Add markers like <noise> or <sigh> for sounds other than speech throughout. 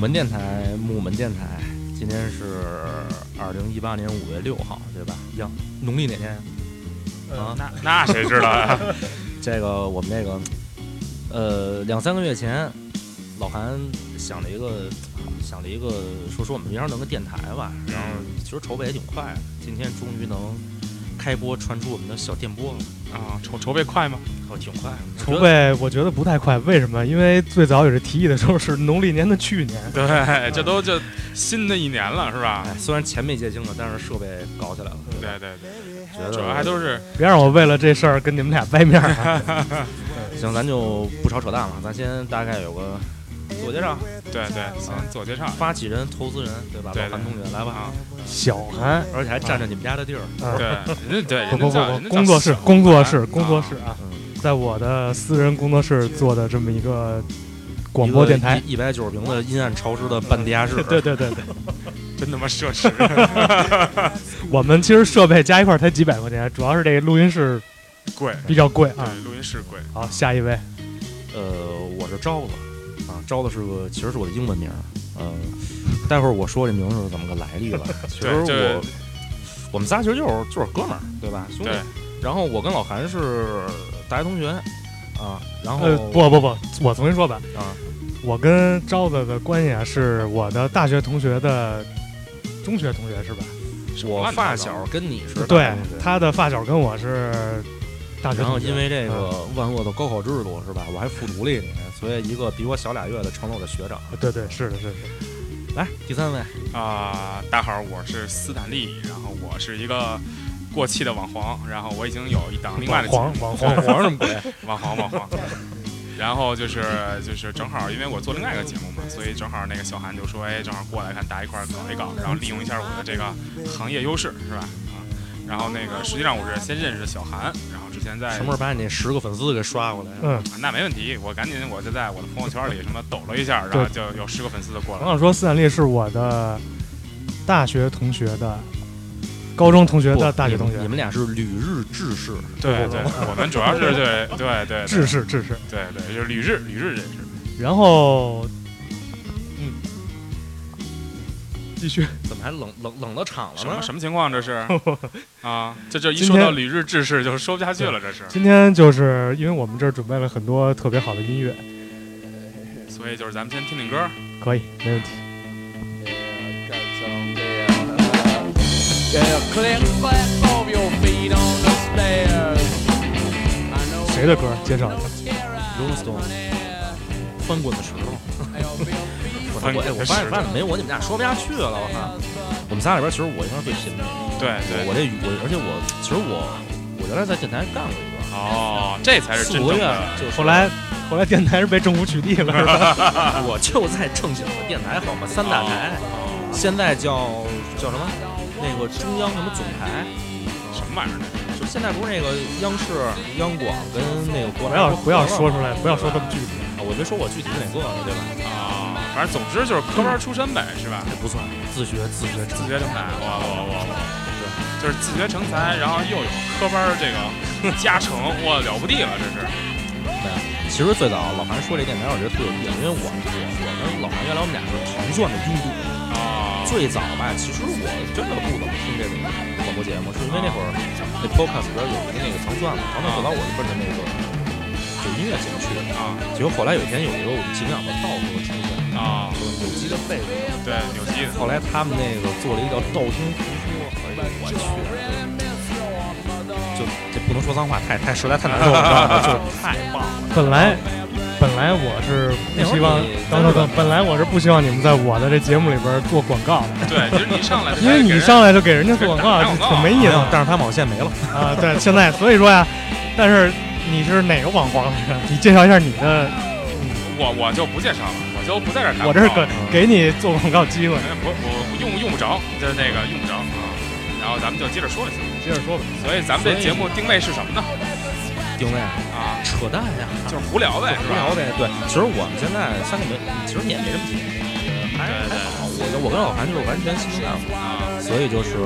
门电台，木门电台，今天是二零一八年五月六号，对吧？呀，农历哪天呀？啊嗯呃那那谁知道啊？这个我们这个，呃，两三个月前，老韩想了一个，想了一个，说说我们明儿弄个电台吧。然后嗯其实筹备也挺快的，今天终于能开播，传出我们的小电波了，啊，筹筹备快 <laughs> 吗？哦，挺快的。我觉筹得备我觉得不太快，为什么？因为最早有这提议的时候是农历年的去年，对，这都就新的一年了，是吧？哎，虽然钱没结清吧，但是设备搞起来了。对吧对对对，觉得嗯主要还都是别让我为了这事儿跟你们俩掰面儿啊。行，咱就不少扯淡了，咱先大概有个自我介绍，对嗯对，先做介绍发起人、投资人，对吧？对老韩同学，来吧，啊，小韩，而且还占着你们家的地儿。啊，对，人家对，不人家不不叫人不，家叫工作室小工作室啊工作室啊，嗯，在我的私人工作室做的这么一个广播电台。一百九十平的阴暗潮湿的半地下室。 <laughs> 对对对对，真他妈奢 <laughs> 侈，我们其实设备加一块儿才几百块钱，主要是这个录音室贵，比较贵啊。对，录音室贵，好，下一位，呃，我是招子，啊，招子是个其实是我的英文名儿，呃，待会儿我说这名字是怎么个来历 <laughs> 吧。其实对，这我我们仨其实就是就是哥们儿，对吧，兄弟对。然后我跟老韩是大学同学，啊，然后呃，不不不，我重新说吧。啊，我跟招子的关系啊，是我的大学同学的中学同学是吧？我发小跟你是大对学同学，他的发小跟我是大学然后同学，因为这个万恶的高考制度是吧，我还复读了一年，所以一个比我小俩月的成了我的学长。对对是的是的，是来，第三位，啊，大家好，我是斯坦利，然后我是一个过气的网黄，然后我已经有一档另的外网的节目黄网黄黄 <laughs> 黄什么鬼？网黄网黄。然后就是就是正好，因为我做另外一个节目嘛，所以正好那个小韩就说，哎，正好过来看大家一块儿搞一搞，然后利用一下我的这个行业优势，是吧？啊，然后那个实际上我是先认识小韩，然后之前在什么时候把你那十个粉丝给刷过来？嗯，啊那没问题，我赶紧我就在我的朋友圈里什么抖了一下，然后就有十个粉丝就过我来了。想说斯坦利是我的大学同学的高中同学不的大学你们同学你，们俩是旅日志士，对对， <laughs> 我们主要是对对对对志士志士。对对，就是旅日旅日认识。然后，嗯，继续。怎么还冷冷冷到场了什么呢？什么情况 <laughs> 这是啊？这这一今说到天旅日志士就说不下去了，这是。今天就是因为我们这儿准备了很多特别好的音乐，所以就是咱们先听听歌。可以，没问题。 Yeah, click clack of your feet on the stairs. I know 谁的歌？介绍一下。 Rolling Stone 翻滚的石头。我翻我滚哎的我石头发现发现没我你们俩说不下去了，我靠！我们仨里边其实我应该是最贫的，对对我这我而且我其实我我原来在电台干过一个哦，这才是四真五正个月啊的，就是后来，后来电台是被政府取缔了，是 <laughs> 吧？我就在正经的电台好吗？三大台，哦现在叫叫什么？那个中央什么总台？哦什么玩意儿呢？就是现在不是那个央视、央广跟那个国不台要不要合了吗说出来，不要说这么具体。啊我没说我具体是哪个，对吧？啊，反正总之就是科班出身呗，是吧？也不算自学自学自自学成才，哇哇哇哇！对，就是自学成才，然后又有科班儿这个加成，哇，了不地了，这是。对，其实最早老韩说这电台，我觉得特有意思，因为我我我跟老韩原来我们俩是糖蒜的拥堵。啊，最早吧，其实我真的不怎么听这种广播节目，是因为那会儿那 podcast 里边有一个那个糖蒜嘛，糖蒜最早我是奔着那个就音乐节目去的。啊结果后来有一天有一个我们敬仰的道哥出现，啊，说有机的贝贝。对，有机的。后来他们那个做了一个叫道听途说，哎呦我去，就这不能说脏话，太太实在太难受了，你知道吗？就是太棒了。本来本来我是不希望那会儿你，等等等，本来我是不希望你们在我的这节目里边做广告 <laughs> 的，对，其实你上来就 <laughs> 因为开始给你人上来就给人家做广告，给人打就广告挺没意思啊的但是他们好像现 <laughs> 在没了。 <laughs> 啊。对，现在所以说呀，但是你是哪个网黄来着？你介绍一下你的，我我就不介绍了，我就不在这儿打我这是广告给了给你做广告机会。哎不我用用不着，就是那个用不着啊。然后咱们就接着说就行。接着说吧，所以咱们这节目定位是什么呢？定位啊，扯淡呀，就是胡聊呗，是无聊吧？呗。对，其实我们现在三个没，其实也没什么节目，还对还对好。我跟我跟老韩就是完全新鲜干法，啊。所以就是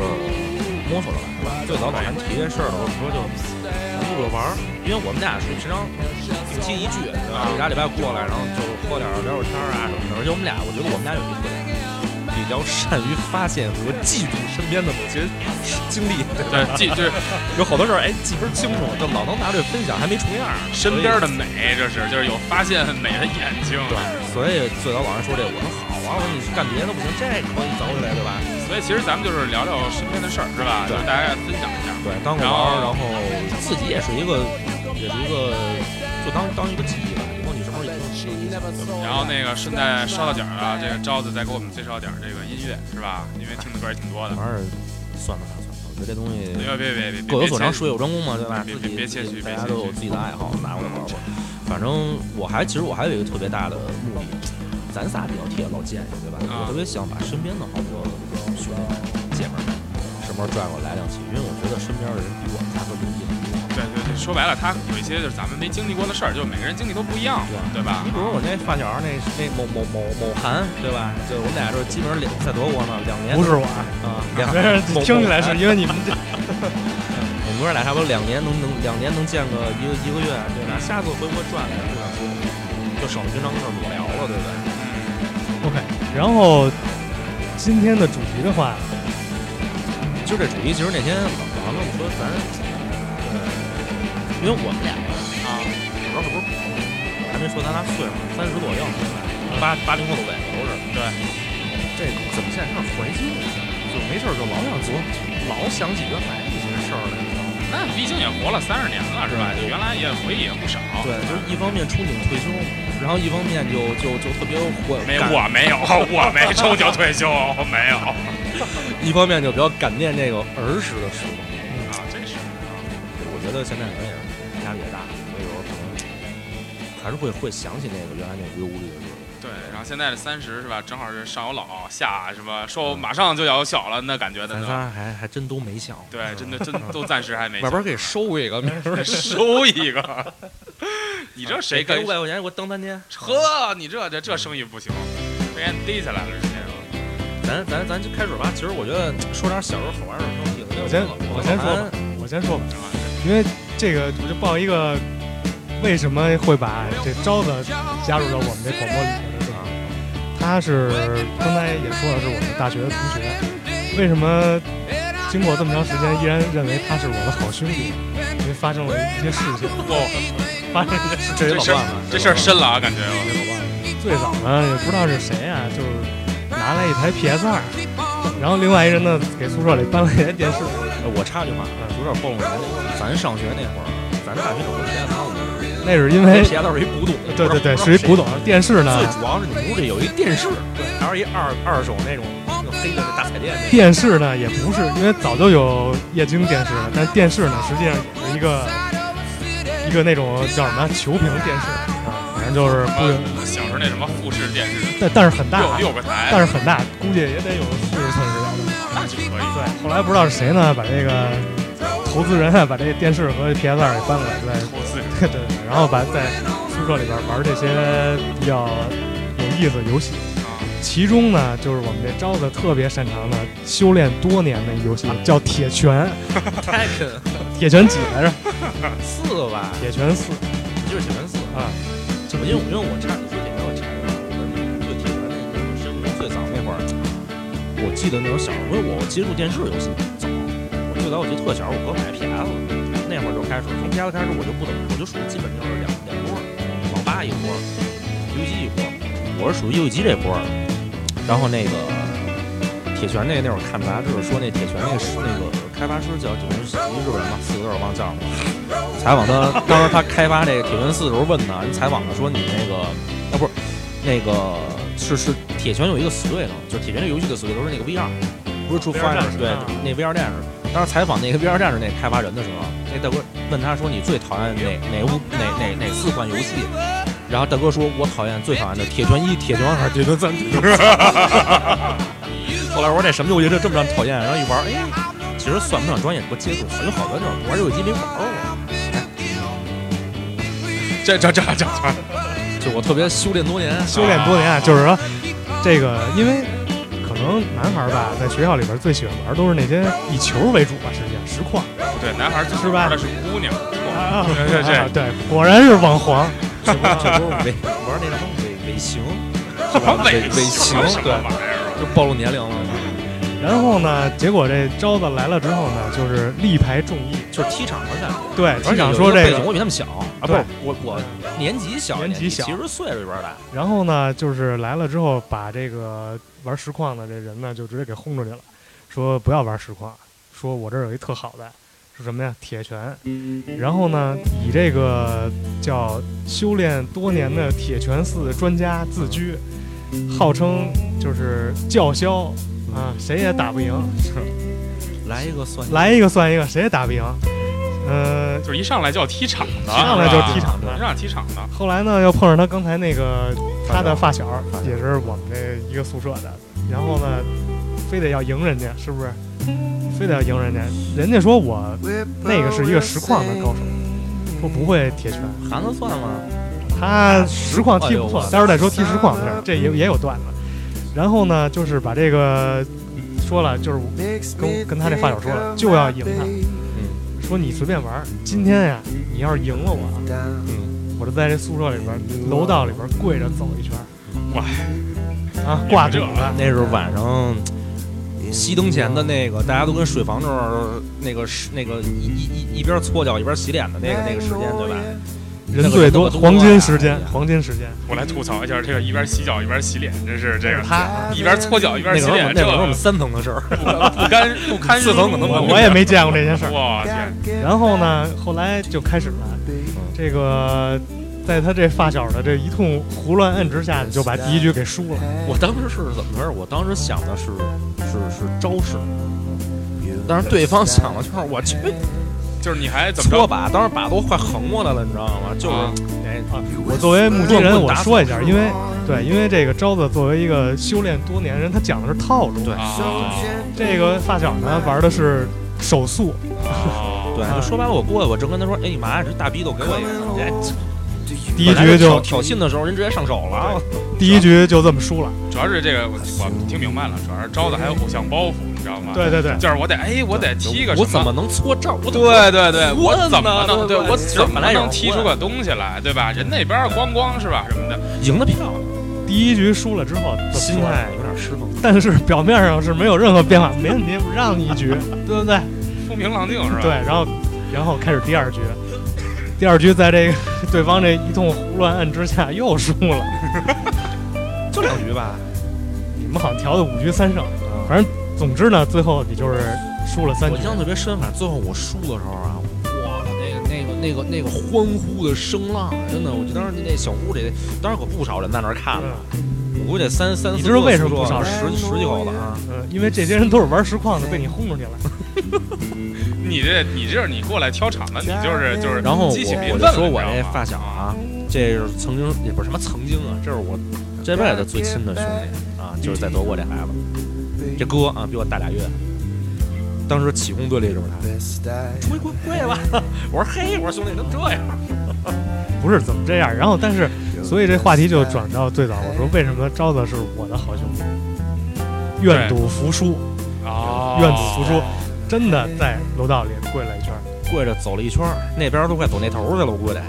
摸索着来吧。最早老韩提这事儿的时候，我们说就咱录着玩儿，因为我们俩是平常有期一聚，然后俩礼拜过来，然后就喝点儿聊会儿天儿啊什么的。而且我们俩，我觉得我们俩有一个特点，比较善于发现和记住身边的某些经历，对吧对，记就是有好多事儿哎记分儿清楚，就老能拿这分享，还没重样儿。身边的美，这是就是有发现美的眼睛。所以最早老人说这，我说好啊，我说你干别的不行，这个我给你凿回来，对吧？所以其实咱们就是聊聊身边的事儿，是吧？就对大家分享一下。对，当个玩儿，然后自己也是一个，也是一个，就当当一个记忆吧。以后你什么时候也听都行。然后那个顺带捎到点儿啊，这个招子再给我们介绍点儿这个音乐，是吧？因为听的歌儿也挺多的。玩意儿算了吧，算了吧，我觉得这东西别别别别别，各有别所谦长，虚术业有专攻嘛，对吧？自别己别别自谦虚己大别家谦都虚有自己的爱好，拿过来玩玩。反正我还其实我还有一个特别大的目的，咱仨比较铁，老见识，对吧？我特啊别想把身边的好多兄弟们、姐们儿们，什么时候拽过来两期，因为我觉得身边的人比我们仨都牛逼很多。对对对，说白了，他有一些就是咱们没经历过的事儿，就是每个人经历都不一样，对吧你？比如我那发小儿那那某某某某韩，对吧？就我们俩就是基本上两在德国呢，两年不是我啊，啊，两某听起来是因为你们这我们哥俩差不多两年能能两年能见个一个一个月，对吧？下次回国转来就想说，就省得平常跟这儿裸聊了，对不对？ OK。然后今天的主题的话，就这主题，其实那天老王跟我说咱，呃，因为我们俩啊，我不知道是不是还没说咱俩岁数，三十左右，对吧？八八零后的尾都是。对，这个怎么现在开始怀旧了？就没事儿就老想琢磨，老想起原来一些事儿来，你知道吗？那毕竟也活了三十年了，是吧？就原来也回忆也不少。对，就是一方面憧憬退休，然后一方面就就就特别怀没感我没有，我没 <laughs> 抽就退休，我没有啊，一方面就比较感念这个儿时的时光。真啊是我觉得现在人也是压力也大，所以有时候可能还是会会想起那个原来那无忧无虑的日子。对。然后现在这三十是吧，正好是上有老下什么，说马上就要有小了，那感觉的咱呢。仨还还真都没想，对，真的真都暂时还没。外边给收一个，明 <laughs> 再收一个，你这谁给跟五百块钱给我当三天？ <laughs> 呵，你这这这生意不行，被人逮起来了，直接。啊咱咱咱就开始吧。其实我觉得说点小时候好玩的事儿挺有意思的。我先我我先说吧吧，我先说吧，是吧因为这个我就报一个为什么会把这招子呃加入到我们这广播里面的啊。他是刚才也说了，是我们大学的同学。为什么经过这么长时间，依然认为他是我的好兄弟？因为发生了一些事情，哦， <laughs> 发生一些事情。这这事老伴儿了，这事儿深了啊，感觉这老伴儿最早呢，也不知道是谁啊，就拿来一台 PS 二，然后另外一人呢给宿舍里搬了一台电视。呃我插句话，有点暴露年龄。咱上学那会儿，咱大学有个 PS 三，那是因那为 PS 是一古董，对对对，是一古。董嗯电视呢最。主要是你屋里有一电视，对，还是一二二手那种那种黑的大彩电那种。电视呢也不是，因为早就有液晶电视了，但是电视呢实际上也是一个一个那种叫什么球屏电视啊，反正就是什不是，么小时候那什么复式电视，但但是很大，啊六六个台，但是很大，估计也得有四十寸左右的。那就可以。对，后来不知道是谁呢，把这个投资人啊，把这个电视和 PS 二给搬过来，在投资人，对对对，然后把在宿舍里边玩这些比较有意思的游戏。啊其中呢，就是我们这招子特别擅长的，修炼多年的一游戏叫铁拳， Tekken 铁拳几来着？四吧，铁拳四就是铁拳四。啊，怎么？因为我因为我差点说铁拳，我差点我们对铁拳那个深入最早那会儿，我记得那时候小时候，因为我接触电视游戏早，我最早我记得特小，我哥买 PS，那会儿就开始，从 PS 开始我就不怎么，我就属于基本就是两两波，网吧一波，游戏一波，我是属于游戏机这波儿，然后那个。铁拳那个那会儿看杂志说那铁拳那个是那个开发师叫就是一日本人嘛，四个字儿我忘了叫什么了。采访他，当时他开发这个铁拳四的时候问他，人采访他说你那个，啊不是，那个是是铁拳有一个死对头，就是铁拳这游戏的死对头是那个 VR，不是出 VR 战 Fighter 士对啊，那 VR 战士。当时采访那个 VR 战士那开发人的时候，那大哥问他说你最讨厌哪哪五哪哪哪四款游戏？然后大哥说，我讨厌最讨厌的铁拳一、铁拳二、铁拳三。铁拳四后来我说这什么游戏这这么让人讨厌？然后一玩，哎，其实算不上专业，不接触，有好多那种玩游戏机没玩过。这这这这，就我特别修炼多年，修炼多年啊，就是说这个，因为可能男孩儿吧，在学校里边最喜欢玩都是那些以球为主吧，实际上实况对，男孩儿最是吧玩的是姑娘，啊对对对啊对，果然是网黄。这不这不是伪玩那什么伪伪型，什么伪伪型什么对玩意儿就暴露年龄了，然后呢，结果这招子来了之后呢，就是力排众议。就是踢场的感觉。对，而机且长有说一这背景个，我比他们小啊，不对是我我年级小，年级小其实岁数有点大，然后呢，就是来了之后，把这个玩实况的这人呢，就直接给轰出去了，说不要玩实况，说我这儿有一特好的，是什么呀？铁拳。然后呢，以这个叫修炼多年的铁拳寺专家自居，号称就是叫嚣啊，谁也打不赢，来一个算一个来一个算一个，谁也打不赢。呃，就是一上来就要踢场子，上来就踢是吧场子一。上来踢场子，后来呢，又碰上他刚才那个他的发小发小，也是我们这一个宿舍的。然后呢，非得要赢人家，是不是？嗯非得要赢人家。人家说我那个是一个实况的高手，说不会铁拳，盘子算吗？他实况踢不错哎呦我。嗯待会儿再说踢实况的事儿，这也也有段子。然后呢，就是把这个说了，就是跟跟他这发小说了，就要赢他。嗯说你随便玩儿，今天呀，你要是赢了我啊，嗯，我就在这宿舍里边儿楼道里边儿跪着走一圈儿，哇啊，挂这肚子，那是晚上。熄灯前的那个，大家都跟水房那儿那个是那个一一一一边搓脚一边洗脸的那个那个时间，对吧？人最多，那个黄金时间那，个黄金时间，我来吐槽一下这个一边洗脚一边洗脸，真是这是个他，一边搓脚一边那洗会儿我脸，们这那会儿我们个三层的事儿，不堪不堪四入层可能目啊我也没见过这件事儿。我天，然后呢，后来就开始了，这个在他这发小的这一通胡乱摁之下，就把第一局给输了。我当时是怎么回事？我当时想的是是是招式，但是对方想的就是我去就是你还怎么搓着？把，当时把都快横过来了，你知道吗？就啊是哎啊，我作为目击棍人，棍我打死说一下，因为对，因为这个招子作为一个修炼多年的人，他讲的是套路。对啊，这个发小呢玩的是手速， <laughs> 哦对，就说白了，我过去，我正跟他说，哎，你妈呀，这大逼都给我一个，哎第一局就挑挑衅的时候，人直接上手了，啊第一局就这么输了。主要是这个我我听明白了，主要是招的还有偶像包袱，你知道吗？对对对，就是我得哎，我得踢个我什怎么能搓这儿？我对对对，我混怎么呢能对对吧我其实怎么本来有能踢出个东西来，对吧？人那边咣咣是吧什么的，赢得漂亮，第一局输了之后，心心态态有点失衡。但是表面上是没有任何变化，没问题，我让你 <laughs> 一局，对不对？风平浪静是吧？对，然后然后开始第二局，第二局在这个对方这一通胡乱按之下又输了，就两局吧，你们好像调的五局三胜，反正总之呢，最后你就是输了三我局印。象特别深，反正最后我输的时候啊，哇，那个那个那个那个欢呼的声浪，啊真的，我就当时那小屋里，当时可不少人在那儿看呢，我估计得三三四个宿舍，嗯你知道为什么不少人十十几口子啊？嗯，因为这些人都是玩实况的，被你轰出去了。你这你这你过来挑场子，你就是就是然后我激起民我愤就了，说我你知这道吗发小啊，这是曾经也不是什么曾经啊，这是我这辈子最亲的兄弟啊，就是在德国这孩子，这哥啊比我大俩月。当时起哄队里就是他，出一跪跪吧！ <laughs> 我说嘿，我说兄弟怎么这样？不是怎么这样，然后但是，所以这话题就转到最早，我说为什么招子是我的好兄弟？愿赌服输，哦，愿赌服输，真的在楼道里跪了一圈，跪着走了一圈儿，那边都快走那头去了，我估计。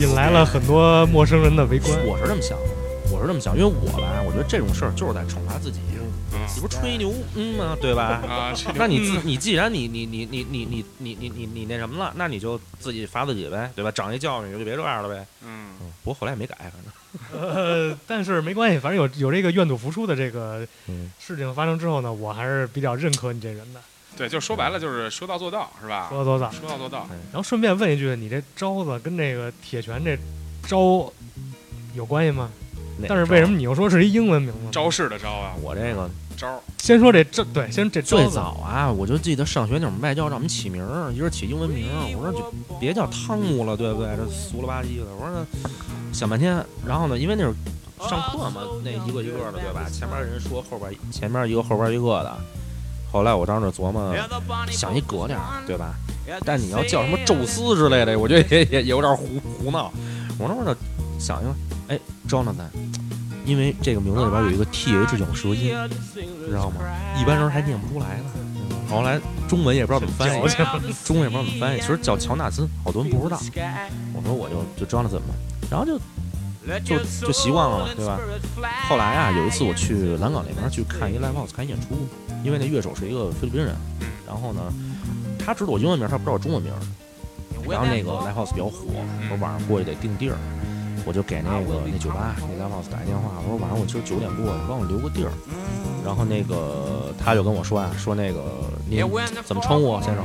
引来了很多陌生人的围观。我是这么想的，我是这么想，因为我吧，我觉得这种事儿就是在惩罚自己，你不是吹牛嗯吗、对吧？ <laughs> 嗯啊，这那你自你既然你你你你你你你你你你那什么了，那你就自己罚自己呗，对吧？长一教训你就别这样了呗。嗯，嗯，不过后来也没改，反正。呃，但是没关系，反正有有这个愿赌服输的这个嗯事情发生之后呢，我还是比较认可你这人的。对，就说白了就是说到做到是啊吧？说多早，说到做到，然后顺便问一句，你这招子跟这个铁拳这招有关系吗？那但是为什么你又说是一英文名呢？招式的招啊，我这个招先说这这对，先这招最子。早啊，我就记得上学那会儿外教让我们起名儿，一人起英文名儿，我说就别叫汤姆了，对不对？这俗了吧唧的，我说那想半天，然后呢，因为那会儿上课嘛，那一个一个的，对吧？前面人说，后边前面一个，后边一个的。后来我当时琢磨，想一格点儿，对吧？但你要叫什么宙斯之类的，我觉得也也也有点胡胡闹。我那会儿想一想，哎，Jonathan，因为这个名字里边有一个 T H 有舌音，知道吗？一般人还念不出来呢。后来中文也不知道怎么翻译，中文也不知道怎么翻译。其实叫乔纳森，好多人不知道。我说我就就 Jonathan 嘛，然后就就就习惯了嘛，对吧？后后来来啊，啊，有有一一次次我我去去蓝蓝港港那那边边去去看看一一 live live house house 看看一一演演出出，，因为那乐手是一个菲律宾人，然后呢，他知道我英文名，他不知道我中文名，然然后后那那个个 live live house house 比比较较火火，，我晚上过去得定地儿，嗯啊我就给那个那酒吧那 live house 打一电话，我说晚上我今儿九点过，你帮我留个地儿。然后那个他就跟我说啊，说那个你怎么称呼啊先生？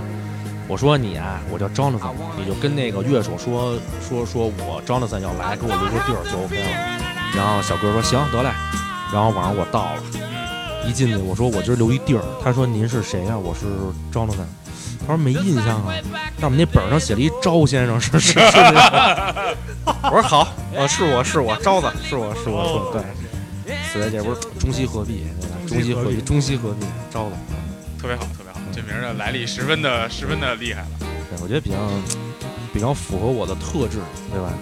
我说你啊，我叫 Jonathan，你就跟那个乐手说说说我 Jonathan 要来，给我留个地儿就 OK 了。然后小哥说行，得嘞。然后晚上我到了，一进去我说我今儿留一地儿，他说您是谁呀、啊我是 Jonathan。他说没印象啊，但我们那本儿上写了一招先生，是是是您吗。 <laughs> 我说好，呃是我是我招的，是我是我是我对。所以这不是中西合璧，对吧？哦中中西西合合璧，璧中西合璧，招的。特别好，特别好，这名儿的来历十分的十分的厉害了，对，我觉得比较比较符合我的特质，对吧？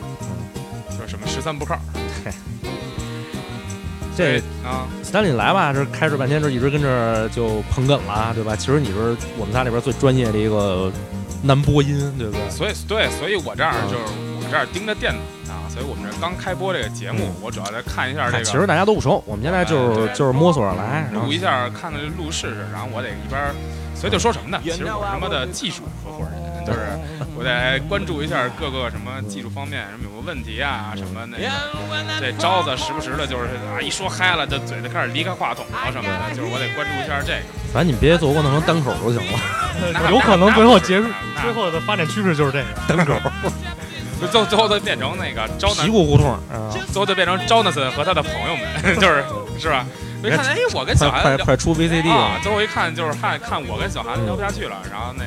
就是什么十三不靠，这啊，丹你来吧，这开始半天，这一直跟这儿就捧哏了啊，对吧？其实你是我们仨里边最专业的一个男播音，对不对？所以对，所以我这儿就是我这儿盯着电脑啊，所以我们这刚开播这个节目，我主要在看一下这嗯哎哎其个实大家都不熟，我们现在就是就是摸索着来，然后录一下，看看这录试试，然后我得一边儿，所以就说什么呢？其实我是他妈的技术合伙人，就是我得关注一下各个什么技术方面，什么有没有问题啊，什么那个。这这招招子子时是不不是时的，就是啊，一说嗨了，这嘴就开始离开话筒了什么的，就是我得关注一下这个。反正你别给我弄成单口就行了。那有可能最后结束那最后的发展趋势就是这个， <laughs> 就最后最后就变成那个招屁男，股胡同啊，最后就变成 Jonathan 和他的朋友们， <laughs> 就是是吧？我一看，哎，我跟小 <laughs> 快韩快聊快出 VCD 啊了，，最后一看就是看看我跟小韩聊不下去了，然后那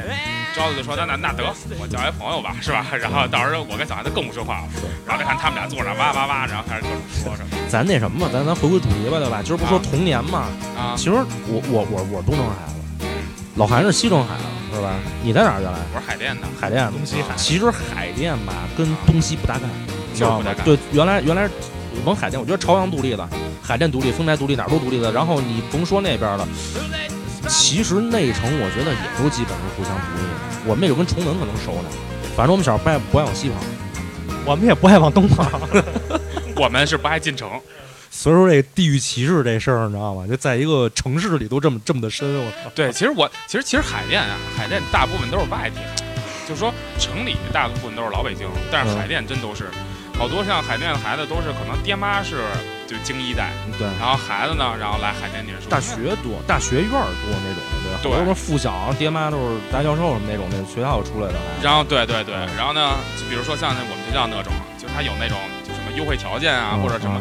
招子就说那那那得我叫一朋友吧，是吧？ <laughs> 然后到时候我跟小韩就更不说话了，然后就看他们俩坐那哇哇哇，然后开始各种说什么咱那什么吧，咱咱回归主题吧，对吧？今儿不说啊童年嘛，啊。其实我我我我东城孩子，老韩是西城孩子，是吧？你在哪儿原来？我是海淀的，海淀的。啊东西海其实海淀吧，跟东西不搭嘎，你知道就是不吗搭？嘎对，原来原来甭海淀，我觉得朝阳独立的，海淀独立，丰台独立，哪儿都独立的。然后你甭说那边了，其实内城我觉得也都基本上互相独立的。我们也就跟崇文可能熟点儿，反正我们小时候不爱不爱往西跑，我们也不爱往东跑。 <laughs> 我们是不爱进城，哦所以说这地域歧视这事儿你知道吗？就在一个城市里都这么这么的深，我操！对，其实我其实其实海淀啊，海淀大部分都是外地人，就是说城里大部分都是老北京，但是嗯海淀真都是，好多像海淀的孩子都是可能爹妈是就京一代，嗯对。然后孩子呢，然后来海淀念书。大学多，大学院儿多那种的，对吧？对好多什么附小，爹妈都是大教授什么那种的，学校出来的还。然后对对对，然后呢，就比如说像那我们学校那种，就是他有那种就什么优惠条件啊，嗯或者什么。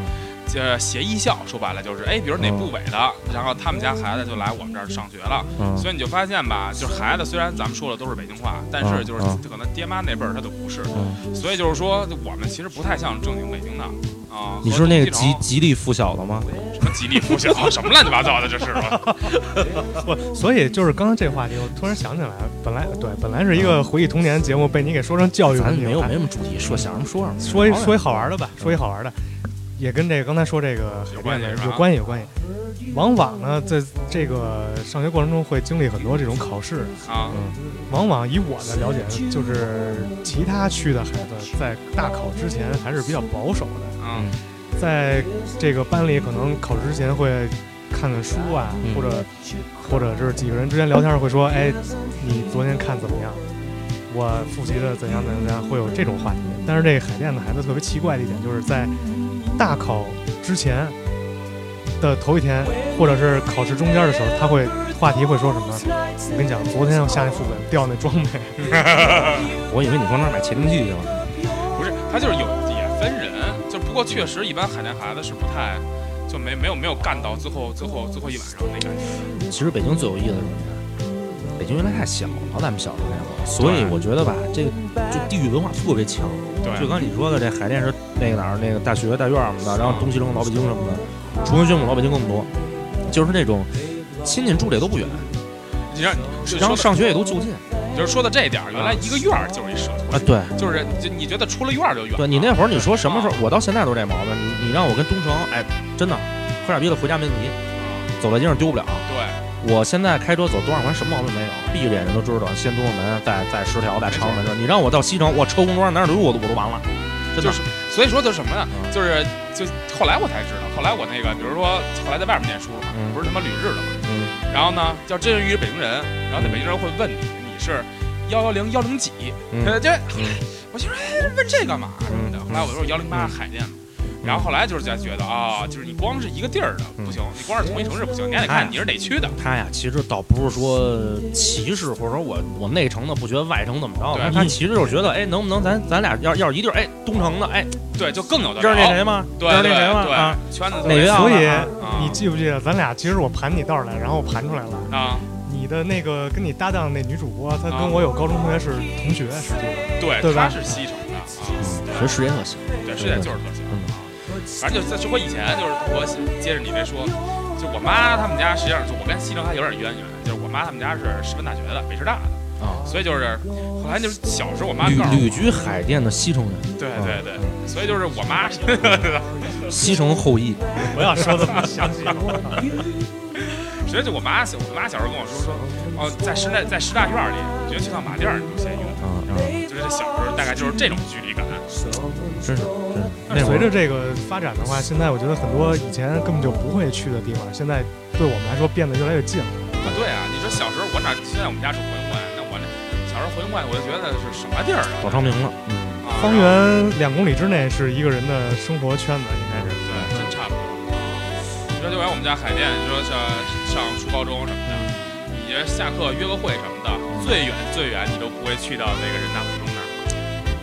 呃，协议校说白了就是，哎，比如哪部委的，然后他们家孩子就来我们这儿上学了，嗯，所以你就发现吧，就是孩子虽然咱们说的都是北京话，但是嗯就是嗯可能爹妈那辈儿他就不是，嗯所以就是说，我们其实不太像正经北京的啊。你和是那个东吉西城吉利附小的吗？什么吉利附小什么乱七八糟的，这是吧？不，所以就是刚刚这话题，我突然想起来，本来对，本来是一个回忆童年的节目，被你给说成教育咱问题了。没有没什么主题，说想什么说什么。说好一嘞说一好玩的吧，说一好玩的，也跟这个刚才说这个嗯有关系海淀是的吧有关系有关系。往往呢，在这个上学过程中会经历很多这种考试，啊，往往以我的了解，就是其他区的孩子在大考之前还是比较保守的，嗯，在这个班里可能考试之前会看看书啊，嗯或者或者是几个人之间聊天会说，哎，你昨天看怎么样？我复习的怎样怎样怎样，会有这种话题。但是这个海淀的孩子特别奇怪的一点，就是在大考之前的头一天，或者是考试中间的时候，他会话题会说什么？我跟你讲，昨天我下那副本掉那装备，我以为你说那儿买窃听器去了。不是，他就是有也分人，就不过确实一般海淀孩子是不太。就没没有没有干到最后最后最后一晚上那感觉，其实北京最有意思的是什么呀？北京原来太小了，咱们小时候那会儿，所以对我觉得吧，这个就地域文化特别强。就对，刚你说的，这海淀是那个哪儿那个大学大院儿什么的，然后东西城老北京什么的，除根血母老北京更多，就是那种亲戚住的也都不远，你让你就然后说的嗯上学也都就近就是说到这一点儿，原来一个院儿就是一社啊团，。对，就是就你觉得出了院儿就远了，对你那会儿你说什么时候？我到现在都是这毛病。你你让我跟东城，哎，真的，喝点逼了回家没问题，走在街上丢不了。对，我现在开车走多少环什么毛病没有，闭着眼睛都知道，先东直门，再再十条，再长门这。你让我到西城，我车公庄哪儿溜我都我都完了。真就的是所以说就是什么呢？嗯就是就后来我才知道，后来我那个比如说后来在外面念书了嘛，嗯不是他妈旅日了嘛，嗯然后呢叫真于北京人，然后那北京人会问你你是幺幺零幺零几，嗯这嗯 <laughs> 我就说哎问这干嘛什么的，后来我说幺零嗯八海淀的。然后后来就是才觉得啊、就是你光是一个地儿的嗯不行，你光是同一城市不行，你还得看你是哪区的。他呀，其实倒不是说歧视，或者说我我内城的不觉得外城怎么着，对啊他他其实就是觉得，哎，能不能咱咱俩要要是一地儿，哎，东城的，哎，对，就更有的知道那聊。谁吗？知对道对那谁吗？啊，对，圈子特哪别个小啊所以啊你记不记得咱俩？其实我盘你道儿来，然后我盘出来了。啊，你的那个跟你搭档那女主播，她啊跟我有高中同学是同学，实际 <laughs> 上。对，对吧他是西城的啊，其实时间可行，对，是在就是特小嗯。反正就就说以前就是我接着你这说，就我妈他们家实际上就我跟西城还有点渊源，就是我妈他们家是师范大学的，北师大的，啊，所以就是后来就是小时候我妈旅告诉旅我，居海淀的西城人，对对嗯对，所以就是我妈是西城后裔，不要说这么详细。所以就我妈小我妈小时候跟我说说，哦，在师大在师大院里，我觉得就像马甸儿你就先用，啊啊，就是这小时候大概就是这种距离感，啊真是真是，那会儿随着这个发展的话，现在我觉得很多以前根本就不会去的地方，现在对我们来说变得越来越近了。啊，对啊，你说小时候我哪现在我们家住回龙观，那我那小时候回龙观，我就觉得是什么地儿啊？早昌明了，嗯，啊方圆两公里之内是一个人的生活圈子，应该是。对，真差不多。你说就来我们家海淀，你说上上初高中什么的，你这下课约个会什么的，最远最远你都不会去到那个人大附中那儿，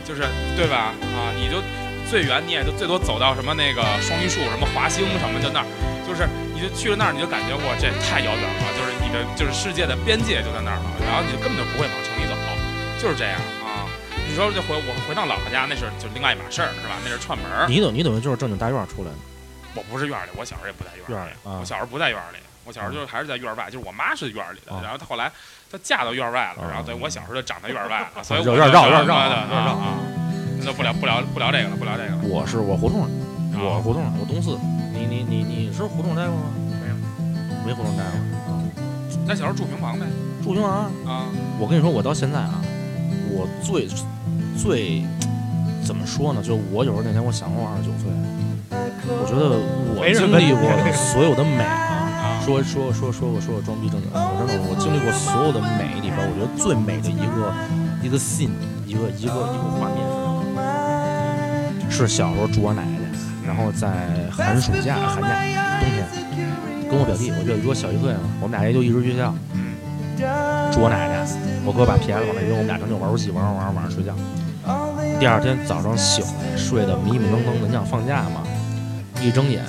就是对吧？啊，你就最远你也就最多走到什么那个双榆树、什么华兴什么就那儿，就是你就去了那儿，你就感觉哇，这太遥远了，就是你的就是世界的边界就在那儿了，然后你就根本就不会往城里走，就是这样啊。你说就回我回趟姥姥家，那是就另外一码事儿，是吧？那是串门 <laughs> 儿。你等你等于就是正经大院出来的，我不是院儿里，我小时候也不在院院儿儿里里，啊我小时候不在院儿里，我小时候就是还是在院儿外，就是我妈是院儿里的，啊然后她后来她嫁到院儿外了，啊然后对我小时候就长在院儿外了，所以有我点就绕有点绕对对有点绕啊，那就不聊不聊不聊这个了，不聊这个了。我是我胡同人，我啊胡同人，我东四，你你你你是胡同待过吗？没有，没胡同待过，那小时候住平房呗，住平房啊。啊，我跟你说，我到现在啊，我最最怎么说呢？就是我有时候那天我想过我二十九岁，我觉得我没人经问历你过的所有的美啊啊，说说说说我说我装逼正经，我真的我经历过所有的美里边，我觉得最美的一个一个 scene，一个一个一个画面是小时候住我奶奶家，然后在寒暑假寒假冬天。跟我表弟，我表弟比我小一岁嘛，我们俩也就一直学校，住我奶奶家，我哥把 PS 往那一扔，我们俩整宿玩游戏，玩玩玩玩睡觉。第二天早上醒来，睡得迷迷瞪瞪的，你想放假嘛？一睁眼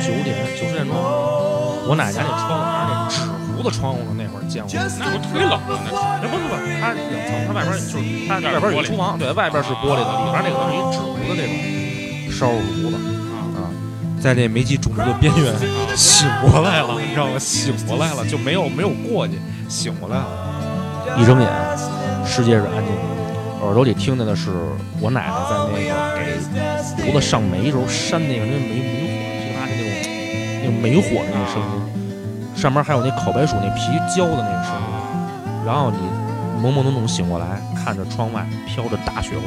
九点九十点钟，我奶奶家那窗户还是那纸糊的窗户呢，那会儿见过。那不忒冷了，那那不是不是，它两层，它外边就是它外边有厨房，对，外边是玻璃的，里边那个东西纸糊的那种烧炉子啊，在那煤气中毒的边缘醒过来了，你知道吗？醒过来了，就没有没有过去，醒过来了。一睁眼，世界是安静的，耳朵里听见的是我奶奶在那个给炉子上煤时候扇那个那煤煤火噼啪的那种那种煤火的那个声音，上面还有那烤白薯那皮焦的那个声音。啊，然后你懵懵懂懂醒过来，看着窗外飘着大雪花，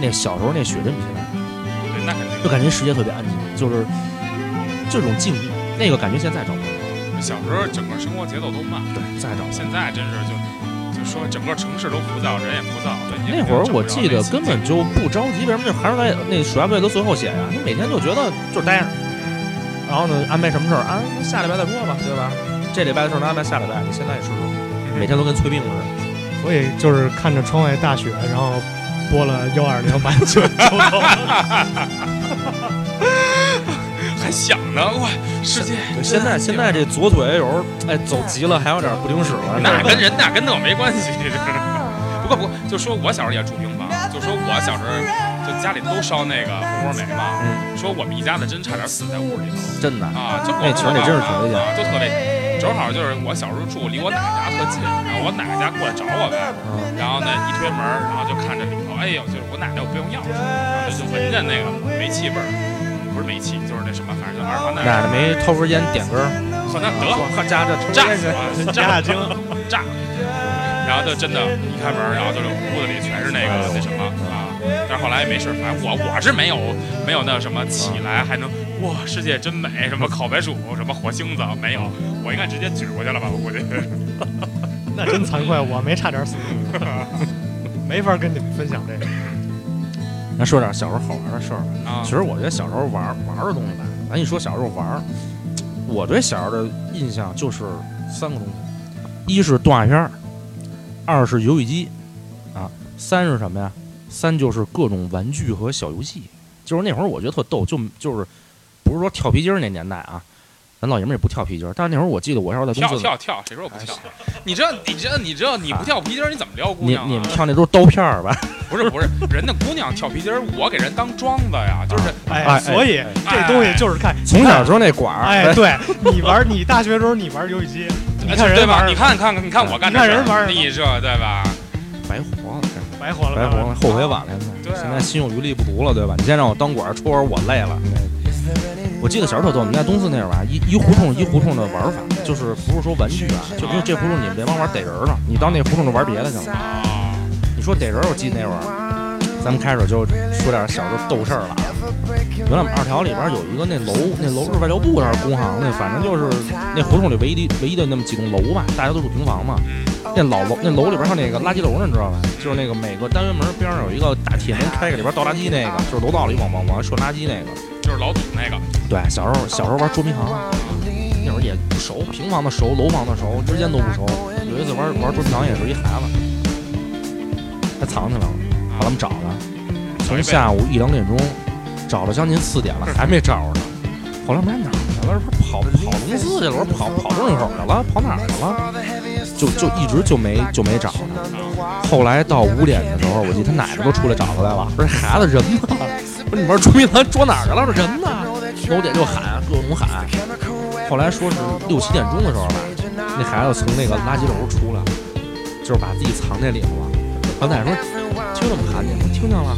那小时候那雪真比现在大，对，那肯定就感觉世界特别安静，就是这种静谧，那个感觉现在找不到，小时候整个生活节奏都慢，对，再找不到。现在真是就就说整个城市都浮躁，人也浮躁。对你也那会儿我整记不了得那根本就不着急，为什么那寒暑假那暑假作业都随后写呀、你每天就觉得就是待着，然后呢安排什么事儿啊，下礼拜再说吧，对吧？这礼拜的事儿能安排下礼拜，你现在也是嗯每天都跟催病似的。哎所以就是看着窗外大雪，然后拨了幺二零满九九头。 <laughs> 还想呢，哇，世界对现在现在这左腿有时候哎走急了还有点不听使了，那跟人那跟那我没关系。啊不过不过，就说我小时候也住平房，就说我小时候就家里都烧那个蜂窝煤嘛，嗯说我们一家子真差点死在屋里头真的。啊！就那情况城里得真是挺危险啊，就特别，正好就是我小时候住离我奶奶家特近，然后我奶奶家过来找我呗，嗯然后呢一推门，然后就看着里头，哎呦，就是我奶奶有备用钥匙，然后就闻着那个煤气味儿，不是煤气，就是那什么，反正就二氧化奶碳，奶没掏根烟点根儿，说那得了。喝加这抽炸烟去死我， <laughs> 炸大惊，哎炸！然后就真的，一开门，然后就是屋子里全是那个那什么啊，但是后来也没事，反正我我是没有没有那什么起啊来还能哇世界真美什么烤白薯什么火星子没有，我应该直接举过去了吧，我估计。那真惭愧，我没差点 <laughs> 死，没法跟你们分享这个。咱说点小时候好玩的事儿吧。啊其实我觉得小时候玩儿玩儿的东西吧，咱一说小时候玩儿，我对小时候的印象就是三个东西：一是动画片儿，二是游戏机，啊，三是什么呀？三就是各种玩具和小游戏。就是那会儿我觉得特逗，就就是不是说跳皮筋儿那年代啊，咱老爷们儿也不跳皮筋儿，但是那会儿我记得我要是在公跳司，哎跳跳，谁说我不跳？你这你这你这你不跳皮筋儿，你怎么撩姑你娘、啊？你们跳那都是刀片儿吧？ <laughs> 不是不是，人家姑娘跳皮筋儿，我给人当庄子呀，就是哎哎，所以哎这东西就是看从小时候那管儿，哎，对你玩，你大学时候你玩游 <laughs> 戏机，你看哎对人吧？玩，你看看看你看我干这你看事人玩儿儿你这对吧？白活了，真是白活了，白活了，后悔晚了。现对啊在现在心有余力不足了，对吧？你先让我当管儿戳会儿，我累了。我记得小时候，我们在东四那会儿吧，一一胡同一胡同的玩法，就是不是说玩具啊，就比如这胡同你们这帮玩逮人儿呢，你到那胡同就玩别的去了。啊，你说逮人儿，我记得那会儿，咱们开始就说点小时候逗事儿了啊。原来我们二条里边有一个那楼，那楼是外交部还是工行那，反正就是那胡同里唯一的唯一的那么几栋楼吧，大家都住平房嘛。嗯，那老楼那楼哦里边还有那个垃圾楼呢，你知道吧？就是那个每个单元门边上有一个大铁门开开，里边倒垃圾那个，就是楼道里往往往上涮垃圾那个。就是老祖那个，对，小时候小时候玩捉迷藏，哦那会儿也不熟，平房的熟，楼房的熟，之间都不熟。有一次玩玩捉迷藏也是一孩子，他藏起来了，后来我们找他，从下午一两点钟找到将近四点了，还没找着呢。后来我们俩哪儿去了？说跑跑龙寺去了，我说跑跑正口去了，跑哪儿去了？就就一直就没就没找他。后来到五点的时候，我记得他奶奶都出来找他来了，说这孩子人吗？ <laughs> 不是你玩捉迷藏捉哪儿去了？说人呢？楼底就喊，各种喊。后来说是六七点钟的时候吧，那孩子从那个垃圾楼出来，就是把自己藏那里头了。老奶奶说：“听见吗？喊你，我说听见了。”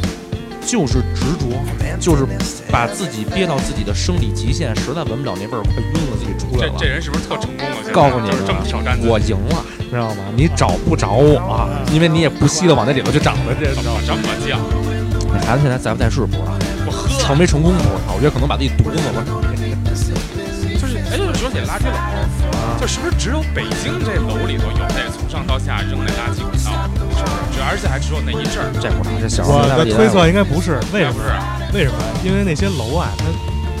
就是执着，就是把自己憋到自己的生理极限，实在闻不了那味儿，快晕了，自己出来这了。这人是不是特成功啊？现在告诉你啊就是这么挑战自己，我赢了，知道吗？你找不着我，因为你也不惜的往那里头去找了。 <laughs> 这怎么这么犟？那孩子现在在不在世啊不知道，我喝。成没成功不知道，我觉得可能把自己毒死了。就是，哎，就是说起垃圾楼，就是不是只有北京这楼里头有那从上到下扔那垃圾管道，是不是？只而且还只有那一阵儿，这不知道，这小时候我在的不在推测应该不是，为要什不么是？啊？为什么？因为那些楼啊，它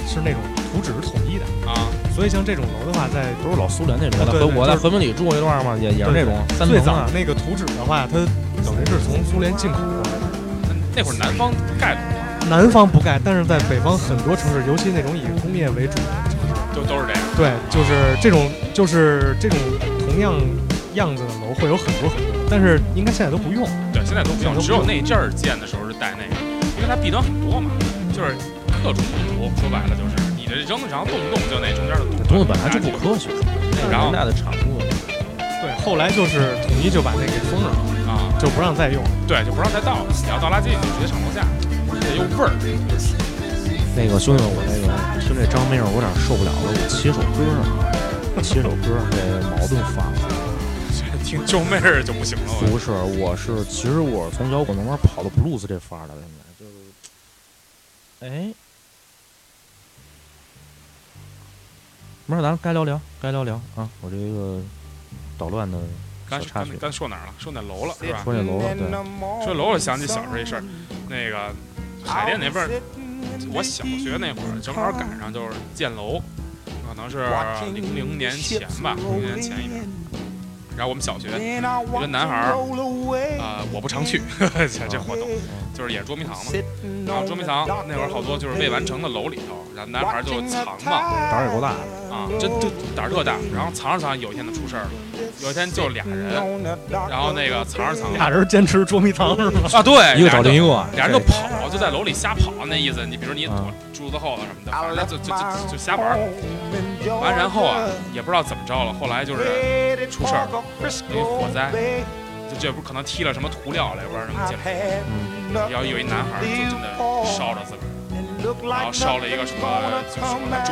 是那种图纸统一的，啊所以像这种楼的话，在不是老苏联那种，对在对回我在就是回民里住过一段嘛，也也是那种三最层早啊。那个图纸的话，它等于是从苏联进口过来的。那那会儿南方盖南方不盖，但是在北方很多城市，尤其那种以工业为主的城市，就都是这样，对，就是这种，就是这种同样样子的楼会有很多很多，但是应该现在都不用。对，现在都不用，只有那一阵儿建的时候是带那个，因为它弊端很多嘛，就是各种不足，说白了就是你这扔，然后动不动就那中间的堵，东西本来就不科学，然后那个年代的产物。啊对，后来就是统一就把那给封了，啊，就不让再用。对，就不让再倒了，你要倒垃圾你就直接上楼下，这又味儿，那个兄弟们，我那个听这张妹儿，我有点受不了了，我起首歌呢，起首歌啊这矛盾发了。 <laughs> 听救妹儿就不行了，我不是，我是其实我是从摇滚慢慢跑到布鲁斯这范儿的，现在就是，哎，没事，咱该聊聊，该聊聊啊！我这个捣乱的小刚插刚曲，刚说哪儿了？说那楼了是吧？说这楼了，对，说楼，我想起小时候一事儿，那个海淀那边啊儿，我小学那会儿正好赶上就是建楼，可能是零零年前吧，零零年前一点儿。然后我们小学一个男孩儿啊、我不常去 <laughs> 这这活动，就是也捉迷藏嘛。然后捉迷藏那会儿好多就是未完成的楼里头，然后男孩儿就藏嘛，胆儿也够大的。啊，这这胆儿特大。然后藏着藏着，有一天就出事儿了，有一天就俩人，然后那个藏着藏着俩人坚持捉迷藏是 <laughs> 吗？啊，对，一个找定另一个，俩人就跑，就在楼里瞎跑，那意思，你比如你啊躲柱子后头什么的，反正就就就就瞎玩儿。完然后啊，也不知道怎么着了，后来就是出事儿了，因为火灾，嗯就这不是可能踢了什么涂料了，也不知道什么建筑，然后有一男孩儿就真的烧着自个儿，然后烧了一个什么，就是什么中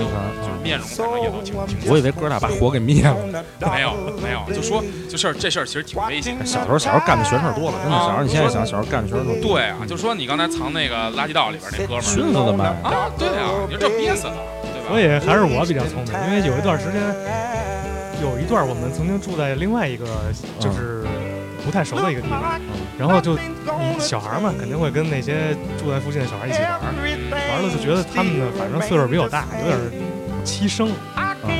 中餐烧，就啊，是面容反正也都挺挺我以为哥俩把火给灭了。没有没有，就说这事儿这事儿其实挺危险的。小时候小时候干的玄事儿多了，真的。小时候你现在想，小时候干的玄事儿多。对啊，就说你刚才藏那个垃圾道里边那哥们熏死的嘛！儿啊，对啊，你说这憋死了，对吧？所以还是我比较聪明，因为有一段时间，有一段我们曾经住在另外一个就是不太熟的一个地方，然后就你小孩嘛，肯定会跟那些住在附近的小孩一起玩，玩了就觉得他们呢，反正岁数比我大，有点欺生，